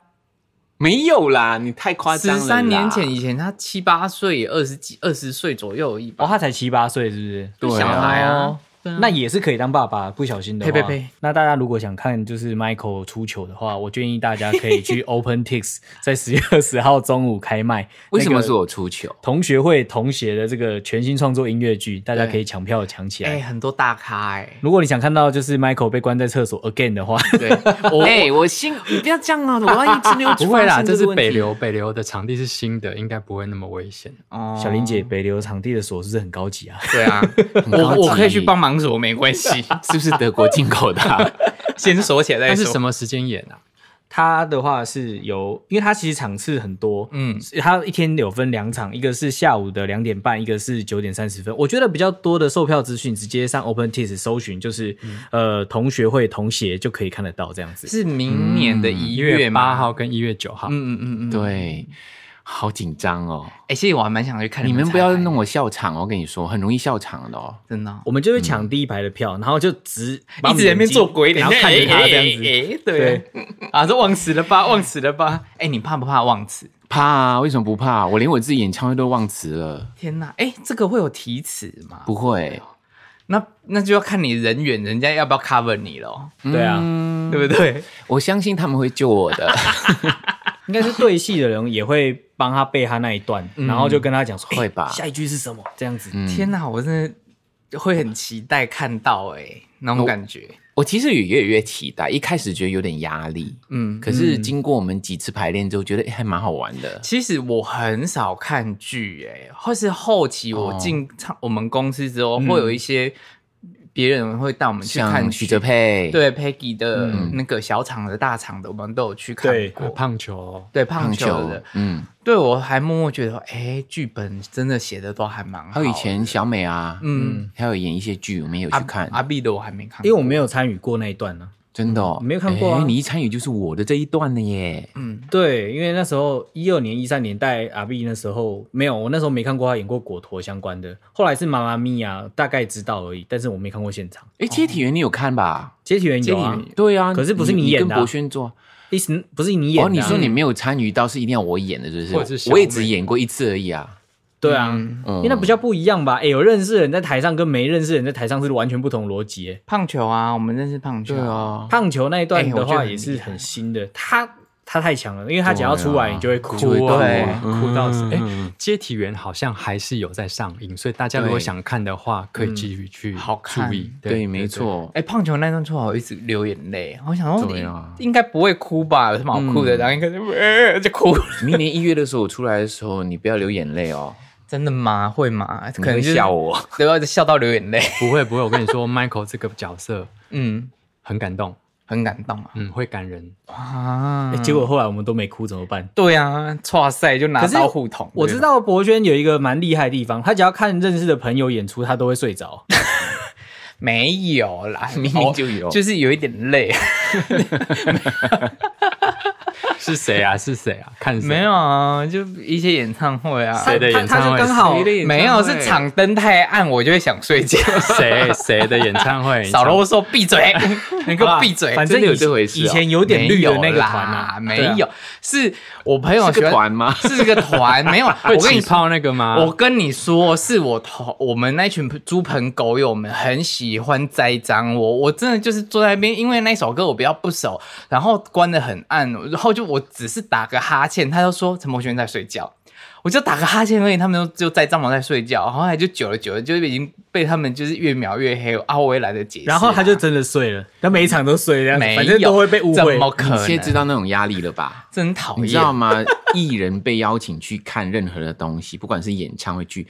没有啦，你太夸张
十
了。
三年前，以前他七八岁，二十几二十岁左右而已吧。
哦，他才七八岁，是不是？
对啊
小孩啊
哦，那也是可以当爸爸，不小心的话。
呸呸呸
那大家如果想看就是 Michael 出糗的话，我建议大家可以去 OpenTix，在 十月二十号中午开卖。
为什么
那个
是我出糗？
同学会同学的这个全新创作音乐剧，大家可以抢票抢起
哎、
来。
很多大咖
欸
哎、
如果你想看到就是 Michael 被关在厕所 again 的话，
对，我
哎、 我心，你不要这样啊！我万一真 的有
不会
发
啦，
生
这
个
是
问题
北流，北流的场地是新的，应该不会那么危险。
哦
小林姐，北流场地的锁是不是很高级啊？
对 啊，
高
我
级
我可以去帮忙锁，没关 系，
是不是德国进口的、啊？
先锁起来再
但
哎说。
是什么时间演啊？
它的话是有，因为它其实场次很多，
嗯
嗯，它一天有分两场，一个是下午的两点半，一个是九点三十分。我觉得比较多的售票资讯，直接上 OpenTix 搜寻，就是、呃同学会同协就可以看得到这样子。
嗯是明年的一
一
月
月
吗
八？号跟一月九号，
嗯嗯嗯嗯，
对，好紧张哦！
哎、其实我还蛮想去看
你
们
们
彩排
不要弄我笑场哦，我跟你说，很容易笑场的哦。
真的哦、
我们就会抢第一排的票，然后就直
嗯一直在那边做鬼脸，
然后看着他
哎
这样子。
哎哎哎对啊，这忘词了吧，忘词了吧？哎、你怕不怕忘词？
怕啊？为什么不怕？我连我自己演唱会都忘词了。
天哪，哎、这个会有提词吗？
不会，
那那就要看你人缘，人家要不要 cover 你咯，
对啊，
嗯对不对？
嗯我相信他们会救我 的。
应该是对戏的人也会
嗯
帮他背他那一段，然后就跟他讲说，
会吧
哎下一句是什么这样子。
嗯
天哪，我真的会很期待看到哎、那种感觉，
我其实也越来越期待，一开始觉得有点压力，
嗯。
可是经过我们几次排练之后，觉得哎诶还蛮好玩的。
其实我很少看剧、诶，或是后期我
哦
进唱我们公司之后，会有一些别人会带我们去看
嗯像嗯
剧
许哲佩，，
对 Peggy 的那个小厂的、大厂的，我们都有去看
对
过。
胖球，
对
棒
胖
球
球的，，
嗯，
对我还默默觉得，哎，剧本真的写的都还蛮好。
还有以，前小美啊，嗯，还有演一些剧，我们也有
啊
阿
去看，
阿碧的我还没看过，
因为我没有参与过那一段呢、
真的哦
没有看过啊
诶你一参与就是我的这一段了耶，
嗯，
对，因为那时候一二年、一三年代阿 B 那时候没有，我那时候没看过他演过果陀相关的，后来是妈妈咪呀，大概知道而已，但是我没看过现场。
哎，接体员你有看吧？
接体员哦有啊
接体，
对啊，
可是不是你演
跟
的啊
博轩做，
意思不是你演的啊、
哦，你说你没有参与到，是一定要我演的，是
或
不
者是
是？
小
我
美
也只演过一次而已啊。
对啊，
嗯
因为那比较不一样吧？哎、有认识的人在台上跟没认识的人在台上是完全不同逻辑耶。
胖球啊，我们认识胖球，
对，啊，
胖球那一段的
诶我觉得
话
很
也是很新的，他他太强了，因为他只要出来
对啊
你就会
就
哭。
会
哭啊，
对
哭到死！哎
嗯，
接体员好像还是有在上映，所以大家如果
对
想看的话，可以继续去
好看
注意。
对，没。错，
哎，胖球那段错好一直流眼泪，我想说
对
你
啊嗯
应该不会哭吧？有什么好哭的？然后应该就呃就哭了，
明年一月的时候我出来的时候，你不要流眼泪哦，
真的吗？会吗？
你
可能
会
就是哦
笑， 我。
对吧？笑到流眼泪，
不会不会，我跟你说 ，Michael 这个角色
嗯，
很感动，
很感动啊
嗯，会感人。
啊
诶！结果后来我们都没哭，怎么办？
对啊，哇塞，就拿
可是
到护筒，
我知道博轩有一个蛮厉害的地方，他只要看认识的朋友演出，他都会睡着。
没有啦，明
明
明
就有
就是有一点累。
是谁啊？是谁啊？看谁？
没有啊，就一些演唱会啊，
谁的演
他
唱
他
会？
就刚好
没有是场灯太暗，我就会想睡觉。
谁谁的演唱会？
少啰嗦，闭嘴！你给
好
我
吧
闭嘴！
反正
真的有
以
这回事哦
以前有点绿的那个团啊，
没
对
有
啊
啦，没有，是我朋友
是
喜
个
欢
团吗？
是个团，没有。
会
我跟
起
你
泡那个吗？
我跟你说，是我同我们那群猪朋狗友们很喜欢栽赃我，我真的就是坐在那边，因为那首歌我比较不熟，然后关的很暗，然后就我只是打个哈欠，他就说陈柏轩在睡觉。我就打个哈欠而已，他们就就栽赃我在睡觉，后来就久了久了，就已经被他们就是越描越黑啊，我也懒得解释啊。
然后他就真的睡了，他每一场都睡这样子，
没有
反正都会被误
怎
会。
么可
你现在
能？哦
知道那种压力了吧？
真讨厌，
你知道吗？ 艺人被邀请去看任何的东西，不管是演唱会剧，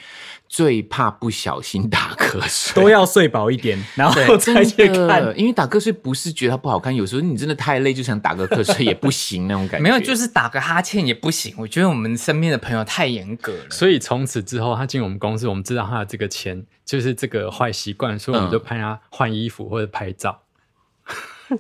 最怕不小心打瞌睡。
都要睡饱 一点，然后再去
真
看
的，。因为打瞌睡不是觉得它不好看，有时候你真的太累，就想打个瞌睡也不行那种感 觉。
没有，就是是打个哈欠也不行。我觉得我们身边的朋友太严格了。
所以从此之后，他进我们公司，我们知道他的这个钱就是这个坏习惯，所以我
嗯
们就派他换衣服或者拍照，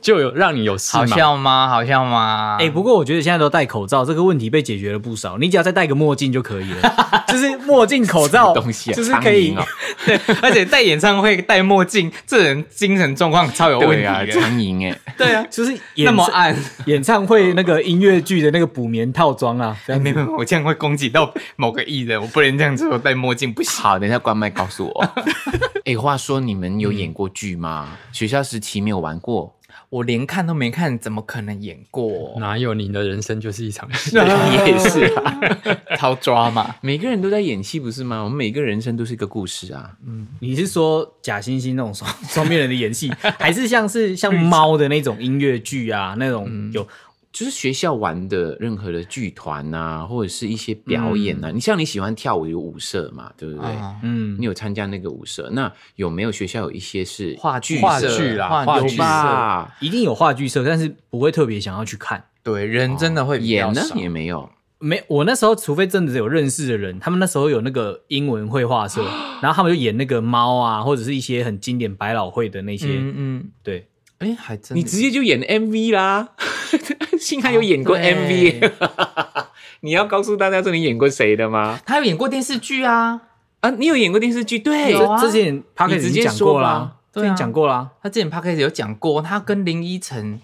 就有让你有事
好
嘛。
笑吗？好笑吗？
哎、不过我觉得现在都戴口罩，这个问题被解决了不少。你只要再戴个墨镜就可以 了，就是墨镜、口罩，
东西、啊，
就是可以
苍蝇哦、
对，而且戴演唱会戴墨镜， 这人精神状况超有问
对
题
啊，
的。
苍蝇哎、
对啊，
就是演
那么暗，
演唱会那个音乐剧的那个补眠套装啊，这样
哎没有没有，我这样会攻击到某个艺人，我不能这样子，我戴墨镜不行。
好，等一下关麦告诉 我。哎、话说你们有演过剧吗？学校时期没有玩过，
我连看都没看，怎么可能演 过？
哪有你的人生就是一场戏？
也是啊。
超抓嘛！
每个人都在演戏，不是吗？我们每个人生都是一个故事啊。
你是说假惺惺那种双 双面人的演戏，还是像是像猫的那种音乐剧啊，那种
嗯
有、
就是学校玩的任何的剧团啊，或者是一些表演啊。你像你喜欢跳舞有舞社嘛，对不对？
啊
嗯
你有参加那个舞社？那有没有学校有一些是啊
话剧
话
社
剧啦
话
话
剧
剧
有吧？
一定有话剧社，但是不会特别想要去看。
对人真的会比
哦演
较
呢
少。
也没有，
没，我那时候除非真的有认识的人，他们那时候有那个英文绘画社，然后他们就演那个猫啊，或者是一些很经典百老汇的那些，
嗯嗯，
对，
哎、还真
你直接就演 MV 啦。 星汉有演过
哦对
MV，、你要告诉大家说你演过谁的吗？
他有演过电视剧啊，
啊，你有演过电视剧？对，
有啊
这之前 p a
你
c
直
已
接
经讲过
说吧
啦，之
对啊
前讲过啦，
他之前 p o d 有讲过，他跟林依晨，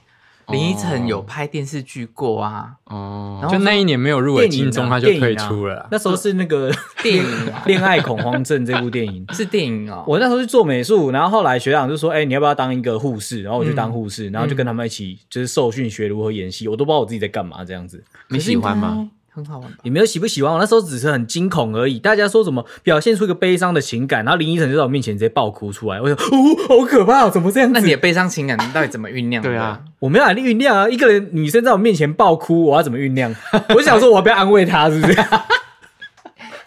林依晨有拍电视剧过啊，
哦，
然后
就那一年没有入围
电影啊
金钟，他就退出
电影啊
了啦。
那时候是那个 《
电影啊
恋爱恐慌症》这部电影，
是电影哦，
我那时候去做美术，然后后来学长就说：“哎、你要不要当一个护士？”然后我就当护
嗯嗯
士，然后就跟他们一起就是受训学如何演戏，我都不知道我自己在干嘛这样子。
你喜欢吗？
很好玩吧？
也没有喜不喜欢，我那时候只是很惊恐而已。大家说什么表现出一个悲伤的情感，然后林医生就在我面前直接爆哭出来，我想，哦，好可怕，怎么这样
那你的
子？
悲伤情感到底怎么酝酿的？
对啊，
我没有能力酝酿啊，一个人女生在我面前爆哭，我要怎么酝 酿？我想说，我要不要安慰她，是不是？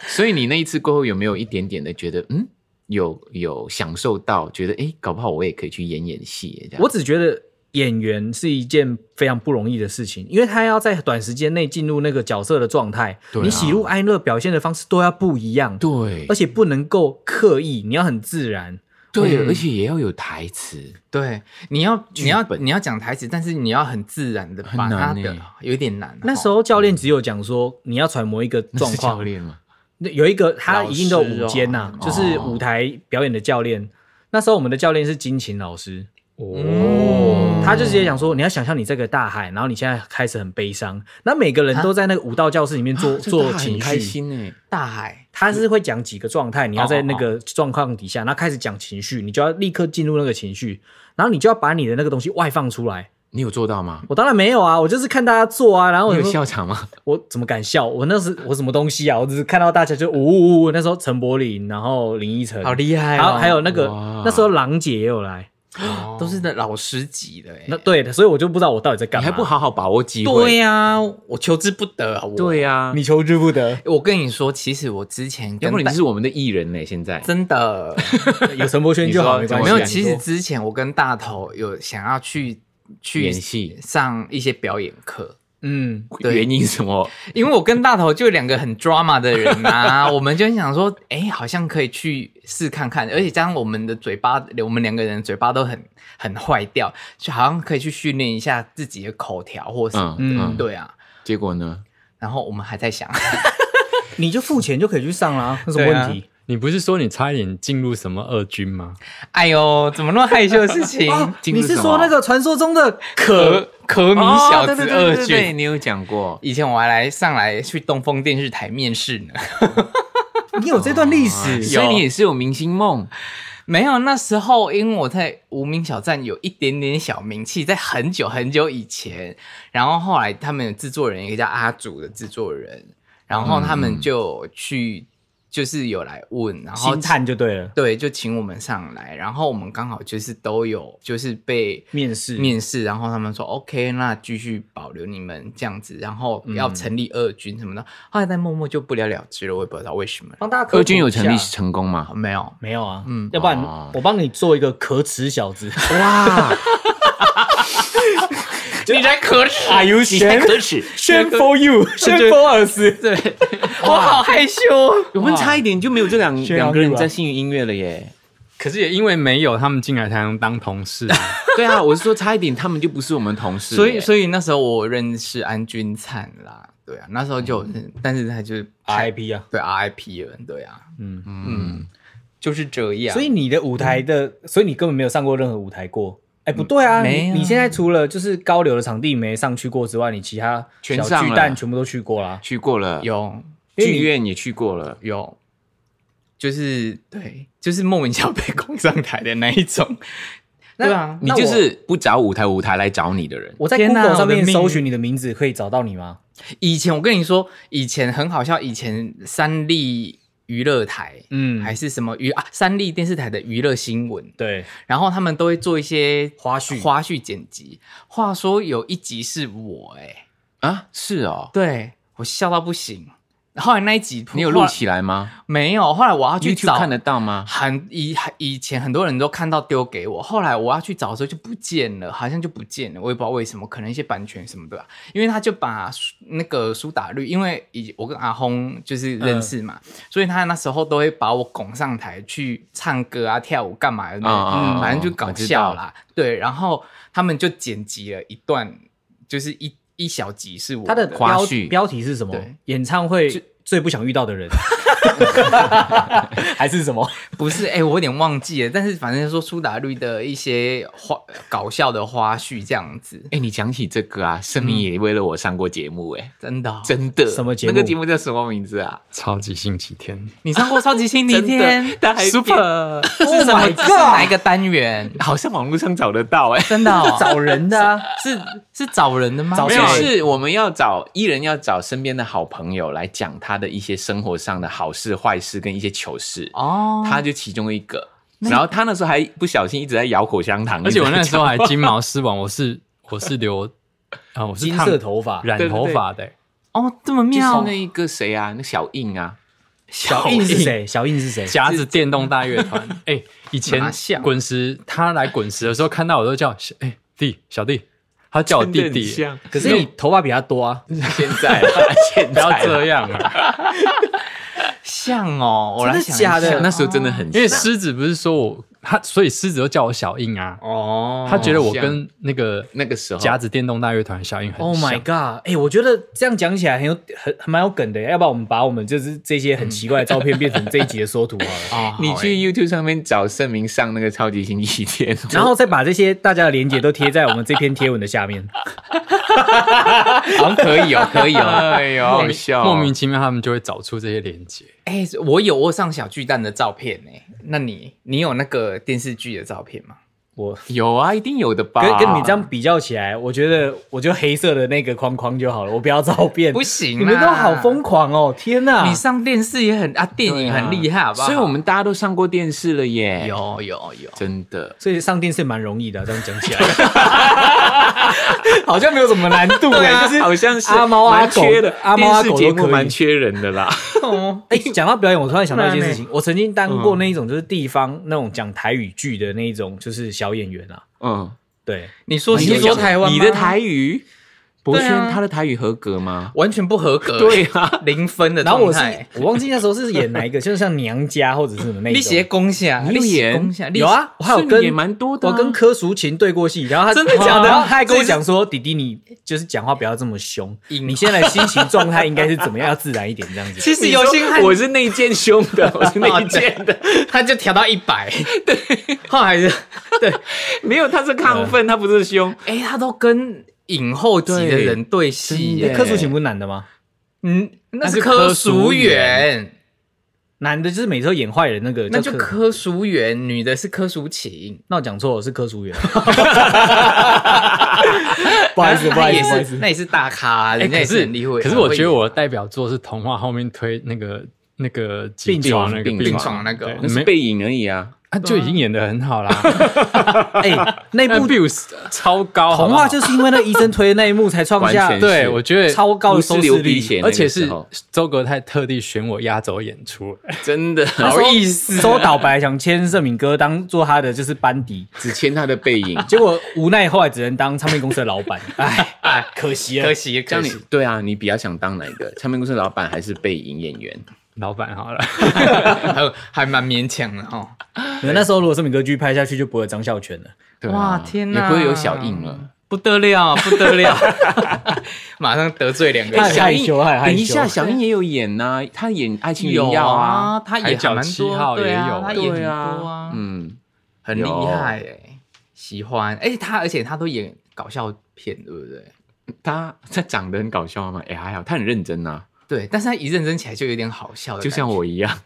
所以你那一次过后有没有一点点的觉得，嗯，有有享受到，觉得诶，搞不好我也可以去演演戏耶这样？
我只觉得演员是一件非常不容易的事情，因为他要在短时间内进入那个角色的状态，
对啊
你喜怒哀乐表现的方式都要不一样，
对
而，且不能够刻意，你要很自然。
对，而且也要有台词，
对，你要你要
本
你要讲台词，但是你要很自然的把
很
它
难
表
欸，
有点难哦。
那时候教练只有讲说，你要揣摩一个 状
是啊教
况，
练嘛，
那有一个他一定都
老师
有
哦
舞间呐、
哦
就是舞台表演的教练。那时候我们的教练是金琴老师，
哦
嗯
他就直接讲说，你要想象你这个大海，然后你现在开始很悲伤，那每个人都在那个舞蹈教室里面做做
啊这大家啊
情
很开
绪，
心哎，
大海，
他是会讲几个状
哦
态，你要在那个状况底下，然后开始讲情绪，你就要立刻进入那个情绪，然后你就要把你的那个东西外放出来。
你有做到吗？
我当然没有啊，我就是看大家做啊，然后
你有
我说
笑场吗？
我怎么敢笑？我那时我什么东西啊？我只是看到大家就呜呜呜，那时候陈柏霖，然后林依晨，
好厉害
然后
哦！
还有那个
哇
那时候郎姐也有来，
都是的老师级的欸，
那对，所以我就不知道我到底在干
你
嘛，
还不好好把握机会？
对呀，我求之不得啊！我
对呀，
你求之 不得，
我跟你说，其实我之前
要
根
不
本
然你是我们的艺人呢？欸现在
真 的
有陈柏轩就好，
你
没
说
关
没
系。
有。其
你
实之前我跟大头有想要去去
演戏
上一些表演课，
嗯，
对
原因是什么？
因为我跟大头就两个很 drama 的人啊， 我们就想说，哎、好像可以去试看看，而且加上我们的嘴巴，我们两个人嘴巴都很很坏掉，就好像可以去训练一下自己的口条或什么
嗯
的。
嗯，
对啊，
结果呢？
然后我们还在想，
你就付钱就可以去上啦，有什么
啊
问题？
你不是说你差一点进入什么二军吗？
哎呦，怎么那么害羞的事 情？
进入
你是
什么
说那个传说中的
可
可？
可米小
哦对
子
对对
二
对对对
卷。
你有讲过。
以前我还来上来去东风电视台面试呢，
你有这段历史？
所以你也是哦有明星梦，
没有那时候，因为我在无名小站有一点点小名气，在很久很久以前，然后后来他们有制作人一个叫阿祖的制作人，然后他们就去、就是有来问，然后
星探就对了，
对就请我们上来，然后我们刚好就是都有就是被
面试
面试，然后他们说 OK，那继续保留你们这样子，然后要成立二军什么的，后来但默默就不了了之了，我也不知道为什么，
帮大家科普
二军有成立
一下
成功吗？
没有。
没有啊？
嗯
嗯，要不然
哦
我帮你做一个可耻小子。
哇，
你在可耻，
Are you
你太
Shen
可耻！
Shen for you? Shen for us? 对，
我好害羞。
我们差一点就没有这两
炫耀
两个人
欲啊
在幸运音乐了耶。
可是也因为没有他们进来才能当同事、啊，
对啊，我是说差一点他们就不是我们同事耶，
所以，所以那时候我认识安君灿啦，对啊，那时候就有认，但是他就是
IP 啊。
对 RIP 了，对啊，
嗯
嗯，就是这样。
所以你的舞台的，所以你根本没有上过任何舞台过。哎，不对啊，
没
你
啊
你现在除了就是高流的场地没上去过之外，你其他
全
小
上
巨
了
蛋全部都去过啦。
去过了，
有
因为你
剧院也去过了，
有，就是对，就是莫名其妙被拱上台的那一种，
那
对啊，
你就是不找舞台，舞台来找你的人。
我在
天哪
Google 上
我的
面
命
搜寻你的名字，可以找到你吗？
以前我跟你说，以前很好笑，以前三立娱乐台。
嗯，
还是什么娱啊？三立电视台的娱乐新闻，
对，
然后他们都会做一些
花絮
花絮剪辑。话说有一集是我哎、
啊，是哦，
对我笑到不行。后来那一集
你有录起来吗
后来没有？后来我要去
？YouTube
找，
看得到吗？
很以以前很多人都看到丢给我，后来我要去找的时候就不见了，好像就不见了，我也不知道为什么，可能一些版权什么的吧、啊因为他就把苏那个苏打绿，因为以我跟阿轰就是认识嘛，
嗯
所以他那时候都会把我拱上台去唱歌啊、跳舞干嘛的，
啊
嗯，反正就搞笑
嗯我知
啦。对，然后他们就剪辑了一段，就是一一小集是我
他的
花
标
絮
标题是什么
对？
演唱会最不想遇到的人，还是什么？
不是，哎、我有点忘记了，但是反正说苏打绿的一些花搞笑的花絮这样子，
哎，你讲起这个啊，盛明也为了我上过节目，哎，
真的哦、
真的。
什么节目
那个节目叫什么名字啊？
超级星期天，
你上过超级星期
真
天
的，，他还
super 是
Oh
什么
my？
是哪一个单元？
好像网络上找得到，哎。
真的 哦、
找人的啊，
是是找人的吗？
找
没
谁
有，
所以
是我们要找艺人，要找身边的好朋友来讲他的一些生活上的好事、坏事跟一些糗事。
哦，
他就其中一个，然后他那时候还不小心一直在咬口香糖，
而且我那
一直
时
在
候还金毛狮王，我是我是留啊，我是
金
烫
色头发，
染头发的，
哦这么
讲
妙，
就是那一个谁啊，那小印啊，
小印是谁？小印是谁？
夹子电动大乐团。哎，以前
哪像
滚石他来滚石的时候，看到我都叫小哎弟小弟，他叫我弟
真
弟，
的很像
可是你头发比他多啊，
现在啦现
不
在
要
啦
这样啊！
像哦，我来
真的
想一
假的
下
那时候真的很
因为
像
狮子不是说我他，所以狮子都叫我小印啊，
哦，
他觉得我
像
跟那个
那个时候
夹子电动大乐团的小印很
Oh my
像。
god！哎、我觉得这样讲起来很有很很蛮有梗的耶，要不然我们把我们就是这些很奇怪的照片变成这一集的缩图好了，
哦，
你
好
去
欸
YouTube 上面找盛明上那个超级星期天，
然后再把这些大家的连接都贴在我们这篇贴文的下面。
好像可以哦，可以哦，哎呦，
莫
好
名
笑哦，
莫名其妙，他们就会找出这些连接。
欸
哎、我有我上小巨蛋的照片呢、那你你有那个电视剧的照片吗？
我
有啊，一定有的吧？
跟跟你这样比较起来，我觉得我就黑色的那个框框就好了，我不要照片。
不行啦啊
你们都好疯狂哦！天哪、
你上电视也很啊，电影很厉害，好不好？
所以我们大家都上过电视了耶，
有有有，
真的。
所以上电视蛮容易的，这样讲起来，好像没有什么难度哎、
啊
就是
好像是
阿猫阿
蛮
狗
缺的，
阿猫阿
电
狗
视节
都
目
可以
蛮。缺人的啦。
哎、讲到表演，我突然想到一件事
欸
情，我曾经当
嗯
过那一种就是地方那种讲台语剧的那一种就是小演员啊，
嗯，
对，
你说
你
你说台湾吗，
你的台语，博轩
对啊
他的台语合 格吗？
完全不合格，
对啊，
零分的
然后
状
我是
态。
我忘记那时候是演哪一个， 就是像娘家或者是什么那一
你
种。
写攻下，
你有
写
演
攻下，你
有啊，我还有
是
跟
你也蛮多的啊
我跟柯淑琴对过戏，然后他
真的假的
然后他还跟我讲说，弟弟你就是讲话不要这么凶，
硬
你现在的心情状态应该是怎么样，要自然一点这样子。
其实有心汉
我是内建凶 的，我是内建的，
他就调到一百，对，后来是
没有，他是亢奋，他不是凶。
哎，他都跟影后级的人对戏
哎
耶，
柯淑琴不是男的吗？
嗯，那是
那是
柯
柯
淑
淑
媛，
男的就是每次都演坏人那个，
那就
叫柯。
柯淑媛，女的是柯淑琴，
那我讲错了，是柯淑媛。 不好意 思，
那
不好
那
意
也
思，不好
是，
意思。
那也是大咖啊，
哎
人家也
可是
很厉害。
可是我觉得我
很
的代表作是童话后面推那个那个急
病
救
床
那个
病
会
床
病床那个
对
那是
没
背影而已啊，
他就已经演的很 好啦。
哎，那
那
部
views 超高，好
童
不
话
好
就是因为那医生推的那一幕才创
完
下
全
对，
是
我觉得
超高的收视
流鼻
率，
血，
而且是周格泰特地选我压轴演出，
真的
好
好
意思。周导本来想签盛敏哥当做他的就是班底，。
只牵他的背 影
结果无奈后来只能当唱片公司的老板，哎哎，可惜了
可。惜，
这
可
样你
惜。
对啊，你比较想当哪个？唱片公司老板还是背影演员？
老板好了，
还还蛮勉强的哦。
你们那时候如果盛敏哥继续拍下去，就不会有张孝全了。
对啊
哇天哪
也不会有小印了。
不得了，啊 不得了！马上得罪两个
太
人。
小
害
印
羞，太害羞。
等一下，小印也有演呐，他演《爱情
有
荣耀》啊，
啊，他
海
也还
角
蛮
七
多，
号
对
也
啊
有
他也很多啊，
嗯，
很厉害哎，喜欢。哎，他而且他都演搞笑片，对不对？
他他长得很搞笑吗？也哎还好，他很认真呐，
对，但是他一认真起来就有点好笑的感
就
觉，
像我一样。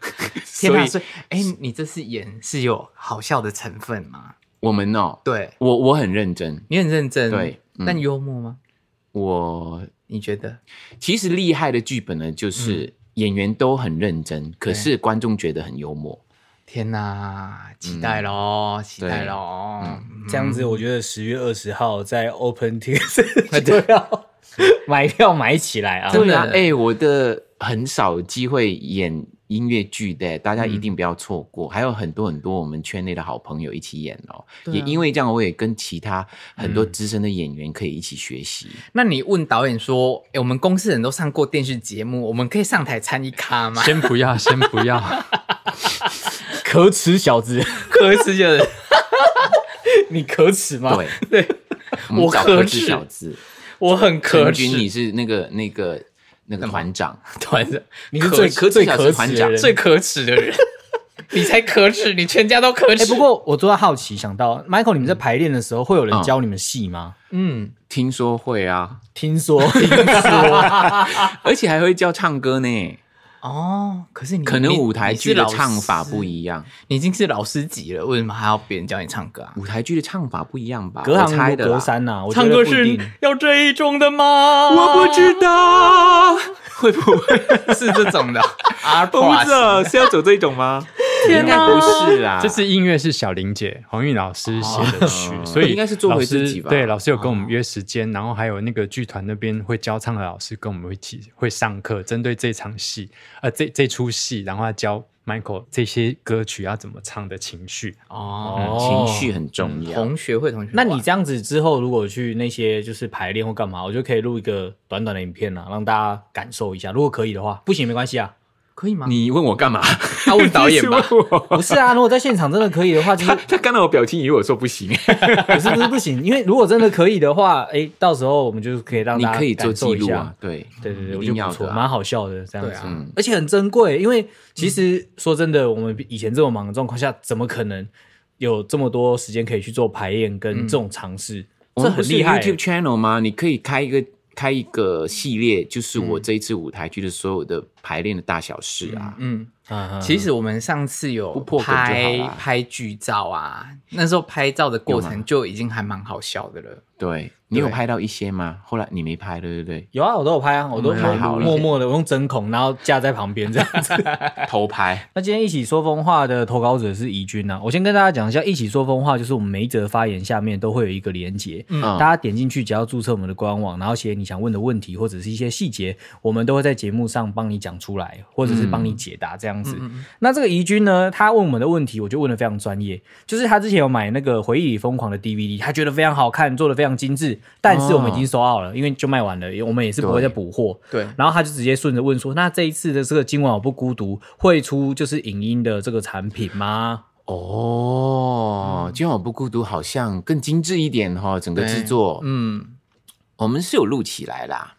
天哪！
所
所以，哎，你这次演是有好笑的成分吗？
我们哦，
对，
我我很认真，
你很认真，
对嗯
但幽默吗？
我
你觉得？
其实厉害的剧本呢，
嗯
就是演员都很认真，可是观众觉得很幽默。
天哪，期待喽，
嗯
期待喽！
这样子，我觉得十月二十号在 Open Ticket 就要 买票买起来啊！
真
对
的
啊，哎、我的很少机会演音乐剧的，大家一
嗯
定不要错过。还有很多很多我们圈内的好朋友一起演哦，
对啊嗯
也因为这样，我也跟其他很多资深的演员可以一起学习。
那你问导演说，哎，我们公司人都上过电视节目，我们可以上台参一咖吗？
先不要，先不 要，
啊可耻小子，
可耻就是
你可耻吗？
对，
对，
我们
我
找
可
可耻
耻
小子，
我很可
陈
耻
军，。你是那个那个那个团长，团长，
你是最
可
最
至少
可
是
耻
团
的
长
人，
最可耻的 人，你才可耻，你全家都可耻。
哎，不过我突然好奇，想到 Michael，你们在
嗯
排练的时候会有人教你们戏吗？
嗯，
听说会啊，
听 说，听说，
而且还会教唱歌呢。
哦，可是你
可能
你
舞台
你是
剧的
老师
唱法不一样，
你已经是老师级了，为什么还要别人教你唱歌啊？
舞台剧的唱法不一样吧？
隔
我
行
猜
如
的啦
隔。山呐，我觉
唱
得
歌
不一定
嗯
是要这一种的吗？
我不知 道会不 会
是这种 的，R
不
plus
知道是要走这种吗？应该不是啦，
这次音乐是小林姐黄韵老师写 的曲，
哦
所以
应该是做回自己吧哦
老师对，老师有跟我们约时间，然后还有那个剧团那边会教唱的老师跟我们一起会上课，针对这场戏，呃，这这出戏，然后他教 Michael 这些歌曲要怎么唱的情绪。
哦，
嗯
嗯
情绪很啊重要。
同学会同学会，
那你这样子之后，如果去那些就是排练或干嘛，我就可以录一个短短的影片啦、啊让大家感受一下。如果可以的话，不行也没关系啊。
可以吗？
你问我干嘛？
他问导演吧
你是问我
不是啊，如果在现场真的可以的话，就是
他他看到我表情，以为我说不行。
不是不是不行，因为如果真的可以的话，哎、到时候我们就可以让
你
大家
可以做
感受
记
一
录
下
啊，。对
对对对，
一
我觉
定
得
要
不错，
的
蛮
啊。
好笑的这样子，
对啊
嗯
而且很珍贵。因为其实说真的，我们以前这么忙的状况下，怎么可能有这么多时间可以去做排练跟这种尝试？
嗯我
这
们不
很
是
厉害、
YouTube channel 吗？你可以开一个开一个系列，就是我这一次舞台剧的所有的排练的大小事啊。
嗯，
嗯嗯
其实我们上次有
不破梗就好
拍
啦
拍剧照啊，那时候拍照的过
有
程
吗
就已经还蛮好笑的了。
对你有
对
拍到一些吗？后来你没拍，对不 对？
有啊，我都有拍啊，我都
嗯太好了
默默的，我用针孔，然后架在旁边这样 子。
偷拍。
那今天一起说风话的投稿者是怡君啊，我先跟大家讲一下，一起说风话就是我们每一则发言下面都会有一个连结，
嗯
大家点进去，只要注册我们的官网，然后写你想问的问题或者是一些细节，我们都会在节目上帮你讲出来，或者是帮你解答这样
嗯
子。那这个怡君呢，他问我们的问题，我就问的非常专业，就是他之前有买那个《回忆里疯狂》的 DVD，他觉得非常好看，做的非常精致，但是我们已经收到了，因为就卖完了，我们也是不会再补货。
对
然后他就直接顺着问说：“那这一次的这个今晚我不孤独会出就是影音的这个产品吗
哦，
嗯
今晚我不孤独，好像更精致一点哈、整个制作，
嗯，
我们是有录起来啦，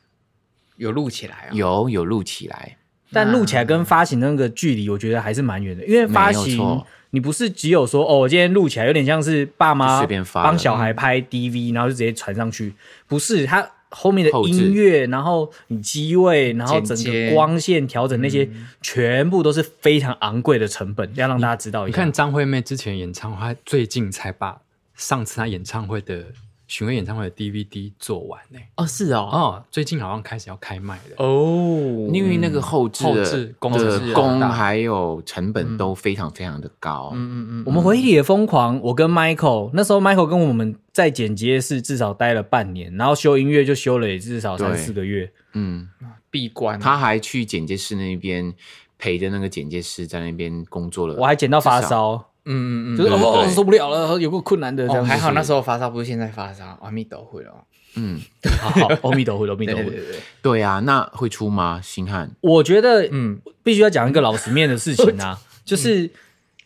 有录起来啊、
有有录起来，？”
但录起来跟发行的那个距离，我觉得还是蛮远的，因为发
没有
行
错
你不是只有说哦，我今天录起来有点像是爸
就
妈
随便发了
帮小孩拍 DV，然后就直接传上去，不是它后面的
后置
音乐，然后你机位，然后整
剪接
个光线调整那些，
嗯
全部都是非常昂贵的成本，要让大家知道一
你
下。
看张惠妹之前演唱会，她最近才把上次她演唱会的巡回演唱会的 DVD 做完呢、
哦，是哦，
哦，最近好像开始要开卖了。
哦，
因为那个后置
后
的
置工程师
的
很
工
大
还有成本都非常非常的高，
嗯嗯嗯嗯，
我们回忆里的疯狂，我跟 Michael 那时候 Michael 跟我们在剪接室至少待了半年，然后修音乐就修了也至少三
对
四个月。
嗯，
闭关
他还去剪接师那边陪着那个剪接师在那边工作了，
我还剪到发烧，
嗯嗯嗯，
就是
对对
哦
对
受不了了，有个困难的这
哦，
样子。
还好那时候发烧不是现在发烧，阿弥陀佛了。
嗯，
好好，阿弥陀佛，阿弥
对对
陀佛。
对对，
对啊，那会出吗？星汉，
我觉得
嗯，
必须要讲一个老实面的事情啊， 就是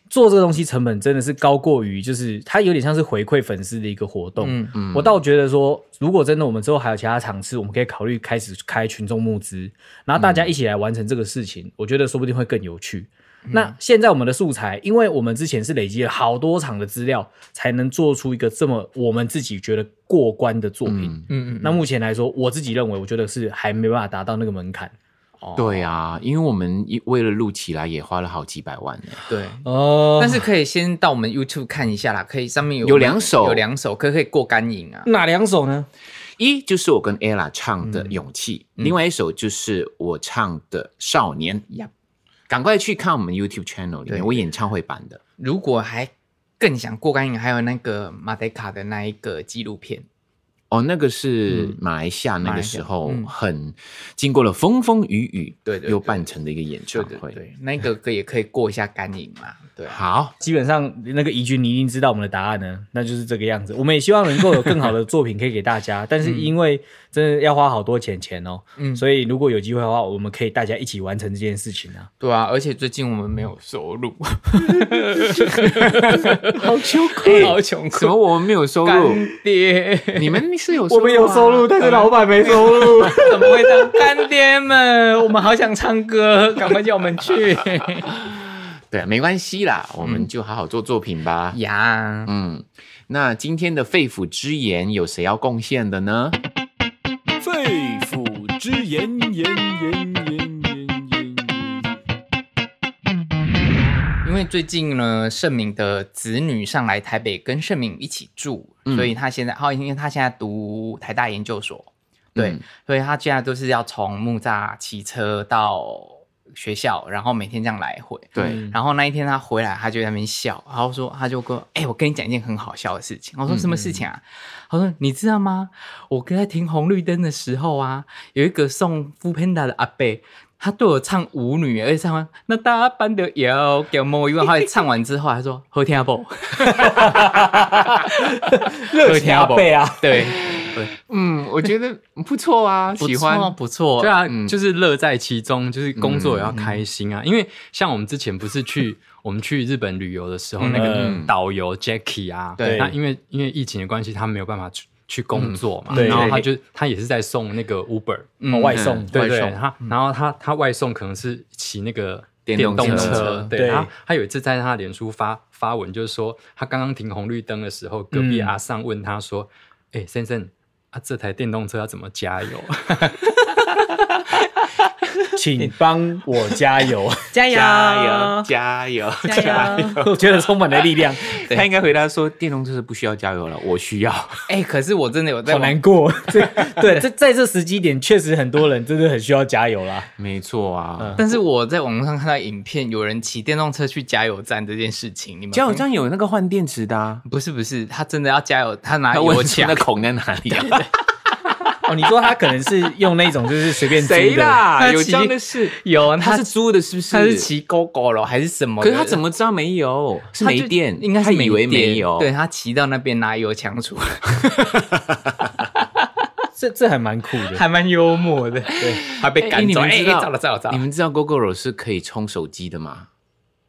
做这个东西成本真的是高过于，就是它有点像是回馈粉丝的一个活动。
嗯
嗯
我倒觉得说，如果真的我们之后还有其他场次，我们可以考虑开始开群众募资，然后大家一起来完成这个事情，我觉得说不定会更有趣。那现在我们的素材，因为我们之前是累积了好多场的资料，才能做出一个这么我们自己觉得过关的作品。
嗯，
嗯嗯，
那目前来说，我自己认为，我觉得是还没办法达到那个门槛。
哦
对啊，因为我们一为了录起来也花了好几百万呢、
对。
哦
但是可以先到我们 YouTube 看一下啦，可以上面有
有两首
有两首，可可以过干瘾啊。
哪两首呢？
一就是我跟 ella 唱
嗯
的《勇气》另外一首就是我唱的《少年》。赶快去看我们 YouTube channel 里
对
面我演唱会版的。
如果还更想过干瘾，还有那个马德卡的那一个纪录片，
哦，那个是马来西亚那个时
嗯马
候
来西亚嗯
很经过了风风雨雨，
对对对
又办成的一个演唱
对对
啊会。
对，那个歌也可以过一下干瘾嘛。对啊，
好，
基本上那个怡君，你一定知道我们的答案呢，那就是这个样子。我们也希望能够有更好的作品可以给 大家，但是因为真的要花好多钱钱哦，
嗯
所以如果有机会的话，我们可以大家一起完成这件事情 啊。
对啊，而且最近我们没有收入，
哎
好穷
怎么
苦，
哦我们没有收入？
爹。
你们们是有啊
我们有收入，但是老板没收入。
怎么会这样？干爹们，我们好想唱歌，赶快叫我们去
对，没关系啦，我
嗯
们就好好做作品吧。
呀！
嗯，那今天的肺腑之言有谁要贡献的呢？
肺腑之言，言言言言言言。
因为最近呢，盛敏的子女上来台北跟盛敏一起住，
嗯
所以他现在，哦，因为他现在读台大研究所，对，
嗯
所以他现在都是要从木栅骑车到学校，然后每天这样来回。
对，
然后那一天他回来，他就在那边笑，然后说他就跟我，哎、我跟你讲一件很好笑的事情。我说什么事情啊？他说你知道吗？我跟在停红绿灯的时候啊，有一个送 f o o Panda 的阿伯，他对我唱舞女，而且唱完那大班的摇给我一问，他唱完之后他说好听啊不？
热情阿贝啊，
对，
嗯，我觉得不错啊，
不
喜
错
欢。
不错，
对啊，
嗯
就是乐在其中，就是工作也要开心啊。因为像我们之前不是去 我们去日本旅游的时候，
嗯
那个导游 Jacky 啊，
对
那因为因为疫情的关系，他没有办法去去工作
嗯
嘛，
对
然后他就他也是在送那个 Uber，
嗯
外送
对对，
外送
他然后他他外送可能是骑那个。
电
动
动车
对
对
他，他有一次在他脸书发发文，就是说他刚刚停红绿灯的时候，隔壁
嗯
阿尚问他说：“哎、先生，啊，这台电动车要怎么加油？”
请帮我加 油！
加油
加油，加 油，
加油！
我觉得充满了力 量，
他应该回答说，电动车是不需要加油了，我需要。
哎、可是我真的有在
好
网
难过。 这对，这在这时机点，确实很多人真的很需要加油啦。
没错啊，
但是我在网络上看到影片，有人骑电动车去加油站这件事情，你们
加油站有那个换电池的啊，
不是不是，他真的要加油，他拿
他
油
问出
枪
那，孔在哪里啊？
哦，你说他可能是用那种就是随便租
谁
的，啊
啦？
他
有
骑
这样的事？
有
他
他
是租的，是不是？
他是骑 GoGo 了还是什么
可
的？
是他怎
么
么知道没有？是没电，
应该是
他以为
电
没有。
对，他骑到那边拿油枪出来，
这这还蛮酷的。
还蛮幽默的， 对，还被
哎
赶
你
走，
们
哎，
知道
糟了糟了糟
你
了，
们知道 GoGoRo 是可以充手机的吗？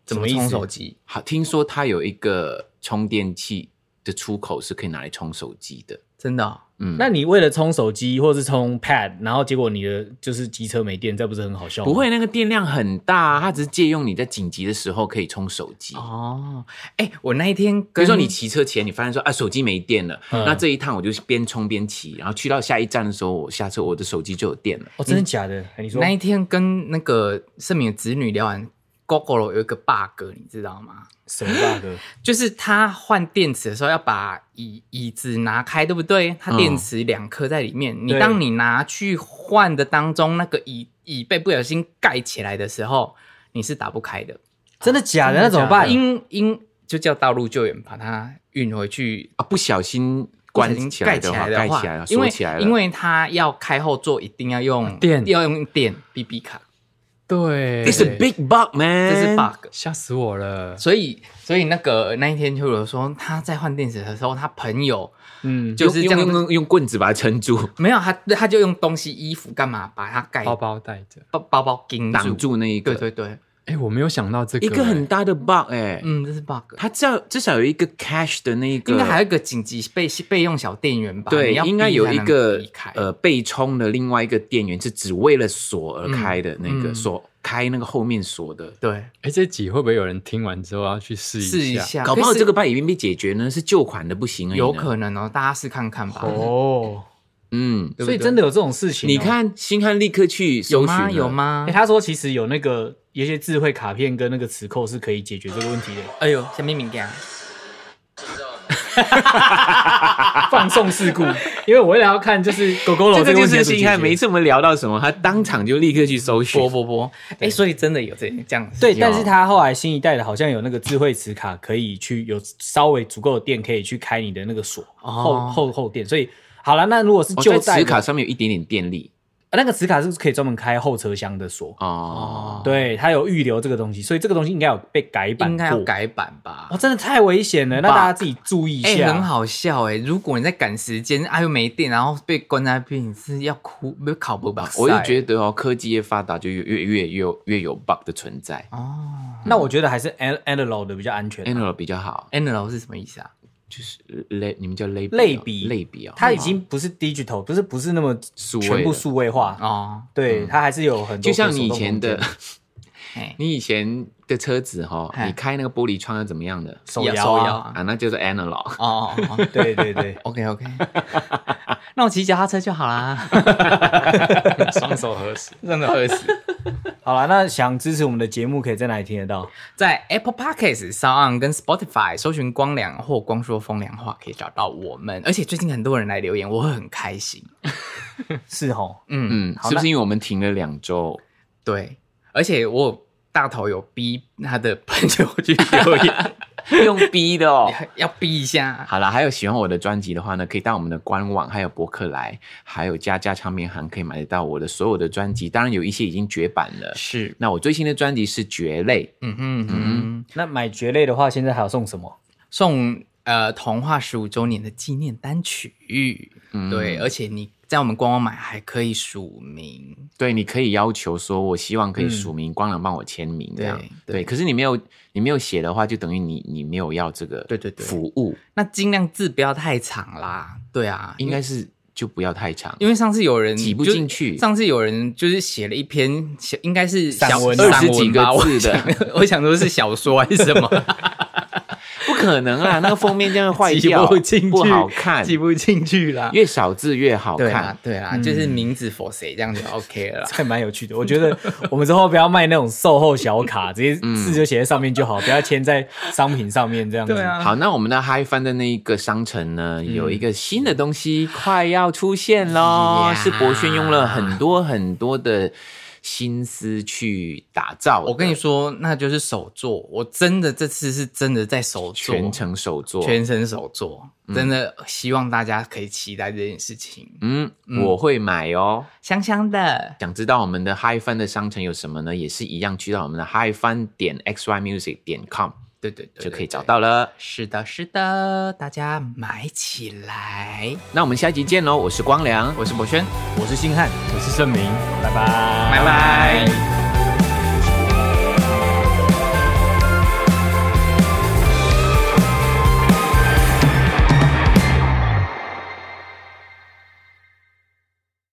怎么
什么意
充
思
手机？
好，听说它有一个充电器的出口是可以拿来充手机的。
真的哦
嗯，
那你为了充手机或是充 Pad，然后结果你的就是机车没电，这不是很好笑吗？
不会，那个电量很大啊，它只是借用你在紧急的时候可以充手机。
哦，哎，我那一天
比
跟
如说你骑车前，你发现说啊手机没电了，
嗯
那这一趟我就边充边骑，然后去到下一站的时候，我下车我的手机就有电了。
哦，真的假的？哎你说
那一天跟那个盛敏的子女聊完，GoGo 有一个 bug，你知道吗？
什么 bug？
就是他换电池的时候要把椅椅子拿开，对不对？它电池两颗在里面，
嗯
你
对
当你拿去换的当中，那个椅椅被不小心盖起来的时候，你是打不开的。
啊真的假的？那怎么
把
办？
因因就叫道路救援把它运回去。
啊，不小心
不小心
关起来
盖
的
起
话，
来
盖
的话
起来了，，
因
锁
为
起来了，
因为它要开后座，一定要用
电
要用电 BB 卡，
对
it's a big bug man，
这是 bug。
吓死我了！
所以，所以那个那一天就有说，他在换电池的时候，他朋友
嗯，
就是这
用
样
用
子
用用棍子把它 撑住，
没有，他他就用东西、衣服干嘛把它盖
包包带着。
包包包顶
挡。住那一个，
对对对，
哎、我没有想到这个、
一个很
诶
大的 bug 哎、
嗯，这是 bug。
它至少至少有一个 cash 的那一个，
应该还有一个紧急备备用小电源吧？
对
你要，
应该有一个
逼才能避开
呃被充的另外一个电源是只为了锁而开的那个、
嗯
锁开那个后面锁的，
对，
哎、这集会不会有人听完之后要去试一下？
试一下，
搞不好
啊可是
这个 bug 已经被解决呢，是旧款的不行而已啊呢，
有可能哦，大家试看看吧。
哦，
嗯，
对不对
所以真的有这种事情哦。
你看星汉立刻去
有
搜寻啊
吗？
了
有？吗
欸，？他说其实有那个有一些智慧卡片跟那个磁扣是可以解决这个问题的，
哎呦，下面敏感，
放送事故。因为我为了要看就是狗狗楼
这个
个
就
问
是
题要怎么
星汉，
解决
没次我们聊到什么，他当场就立刻去搜寻
播。播播，哎，所以真的有这这样子
对，但是他后来新一代的好像有那个智慧磁卡，可以去有稍微足够的电可以去开你的那个锁、后后后电，所以。好了，那如果是
哦，
旧
在
代
磁
的、
卡上面有一点点电力
那个磁卡是可以专门开后车厢的锁，
哦。
对，它有预留这个东西，所以这个东西应该有被改版过。
应该要改版吧
哇，？真的太危险了，那大家自己注意一
哎、
下。
很好笑哎、如果你在赶时间，啊又没电，然后被关在那边，你是要哭，没有考不吧？
我就觉得哦，科技越发达，就越越越有越有 bug 的存在。
哦
那我觉得还是 analog 的比较安全啊、
analog 比较好，
，analog 是什么意思啊？
就是类你们叫类
类比
类比啊，
它已经不是 digital，不是不是那么
数位
嗯全部
了
数位啊嗯化，
哦，
对，它还是有很多
就像
可手
你以
动
前
空
的
间
哎，
你以前的车子哈，
哎
你开那个玻璃窗要怎么样的
手
也
摇
手
啊
摇啊
啊？那就是 analog。
哦哦 哦
对对对，
，OK OK，那我骑脚踏车就好啦，
双手合十。
真的饿死。
好了，那想支持我们的节目，可以在哪里听得到？
在 Apple Podcasts、Sound 跟 Spotify 搜寻“光良”或“光说风凉话”，可以找到我们。而且最近很多人来留言，我会很开心。
是哦吼，
嗯，
嗯，
好
是不是因为我们停了两周？
对。而且我有大头有逼他的朋友去留 言，
用逼的哦。
要逼一下。
好了，还有喜欢我的专辑的话呢，可以到我们的官网，还有博客来，还有佳佳唱片行可以买得到我的所有的专辑。当然有一些已经绝版了。
是，
那我最新的专辑是《蕨类》，
嗯哼嗯哼，
那买蕨类的话，现在还有送什么？
送呃童话十五周年的纪念单曲。
嗯
对，而且你在我们官网买还可以署名。
对，你可以要求说，我希望可以署名，光良帮我签名这样。
嗯对对
可是你没有，你没有写的话，就等于你你没有要这个
对对对
服务，
那尽量字不要太长啦。对啊，
应该是就不要太长，
因为上次有人
挤不
就
进去
上次有人就是写了一篇，小应该是小
散文
散
二十几个
吧我
字的
想我 想说是小说还是什么，
不可能啊，那个封面这样 坏
挤
掉，
不进去，
不好看，
挤不进去啦。
越少字越好
对
看嗯
啦。，对啦，就是名字 for 谁这样就 OK 了啦。
还蛮有趣的，我觉得我们之后不要卖那种售后小卡，直接字就写在上面就好，不要签在商品上面这样子。
对啊，
好，那我们的 Hi Fun 的那一个商城呢，
嗯
有一个新的东西快要出现喽
Yeah
是博轩用了很多很多的心思去打造的。
我跟你说，那就是手作，我真的这次是真的在手做，
全程嗯手作，
全程手做，真的希望大家可以期待这件事情，
嗯，我会买哦。
香香的。
想知道我们的 Hi Fun 的商城有什么呢？也是一样，去到我们的 Hi Fun 点 X Y Music 点 com
对对对，
就可以
对
找。到了。
是的，是的，大家买起来。
那我们下集见喽！我是光良，
我是博轩，
我是星汉，
我是盛明。
拜拜。
拜拜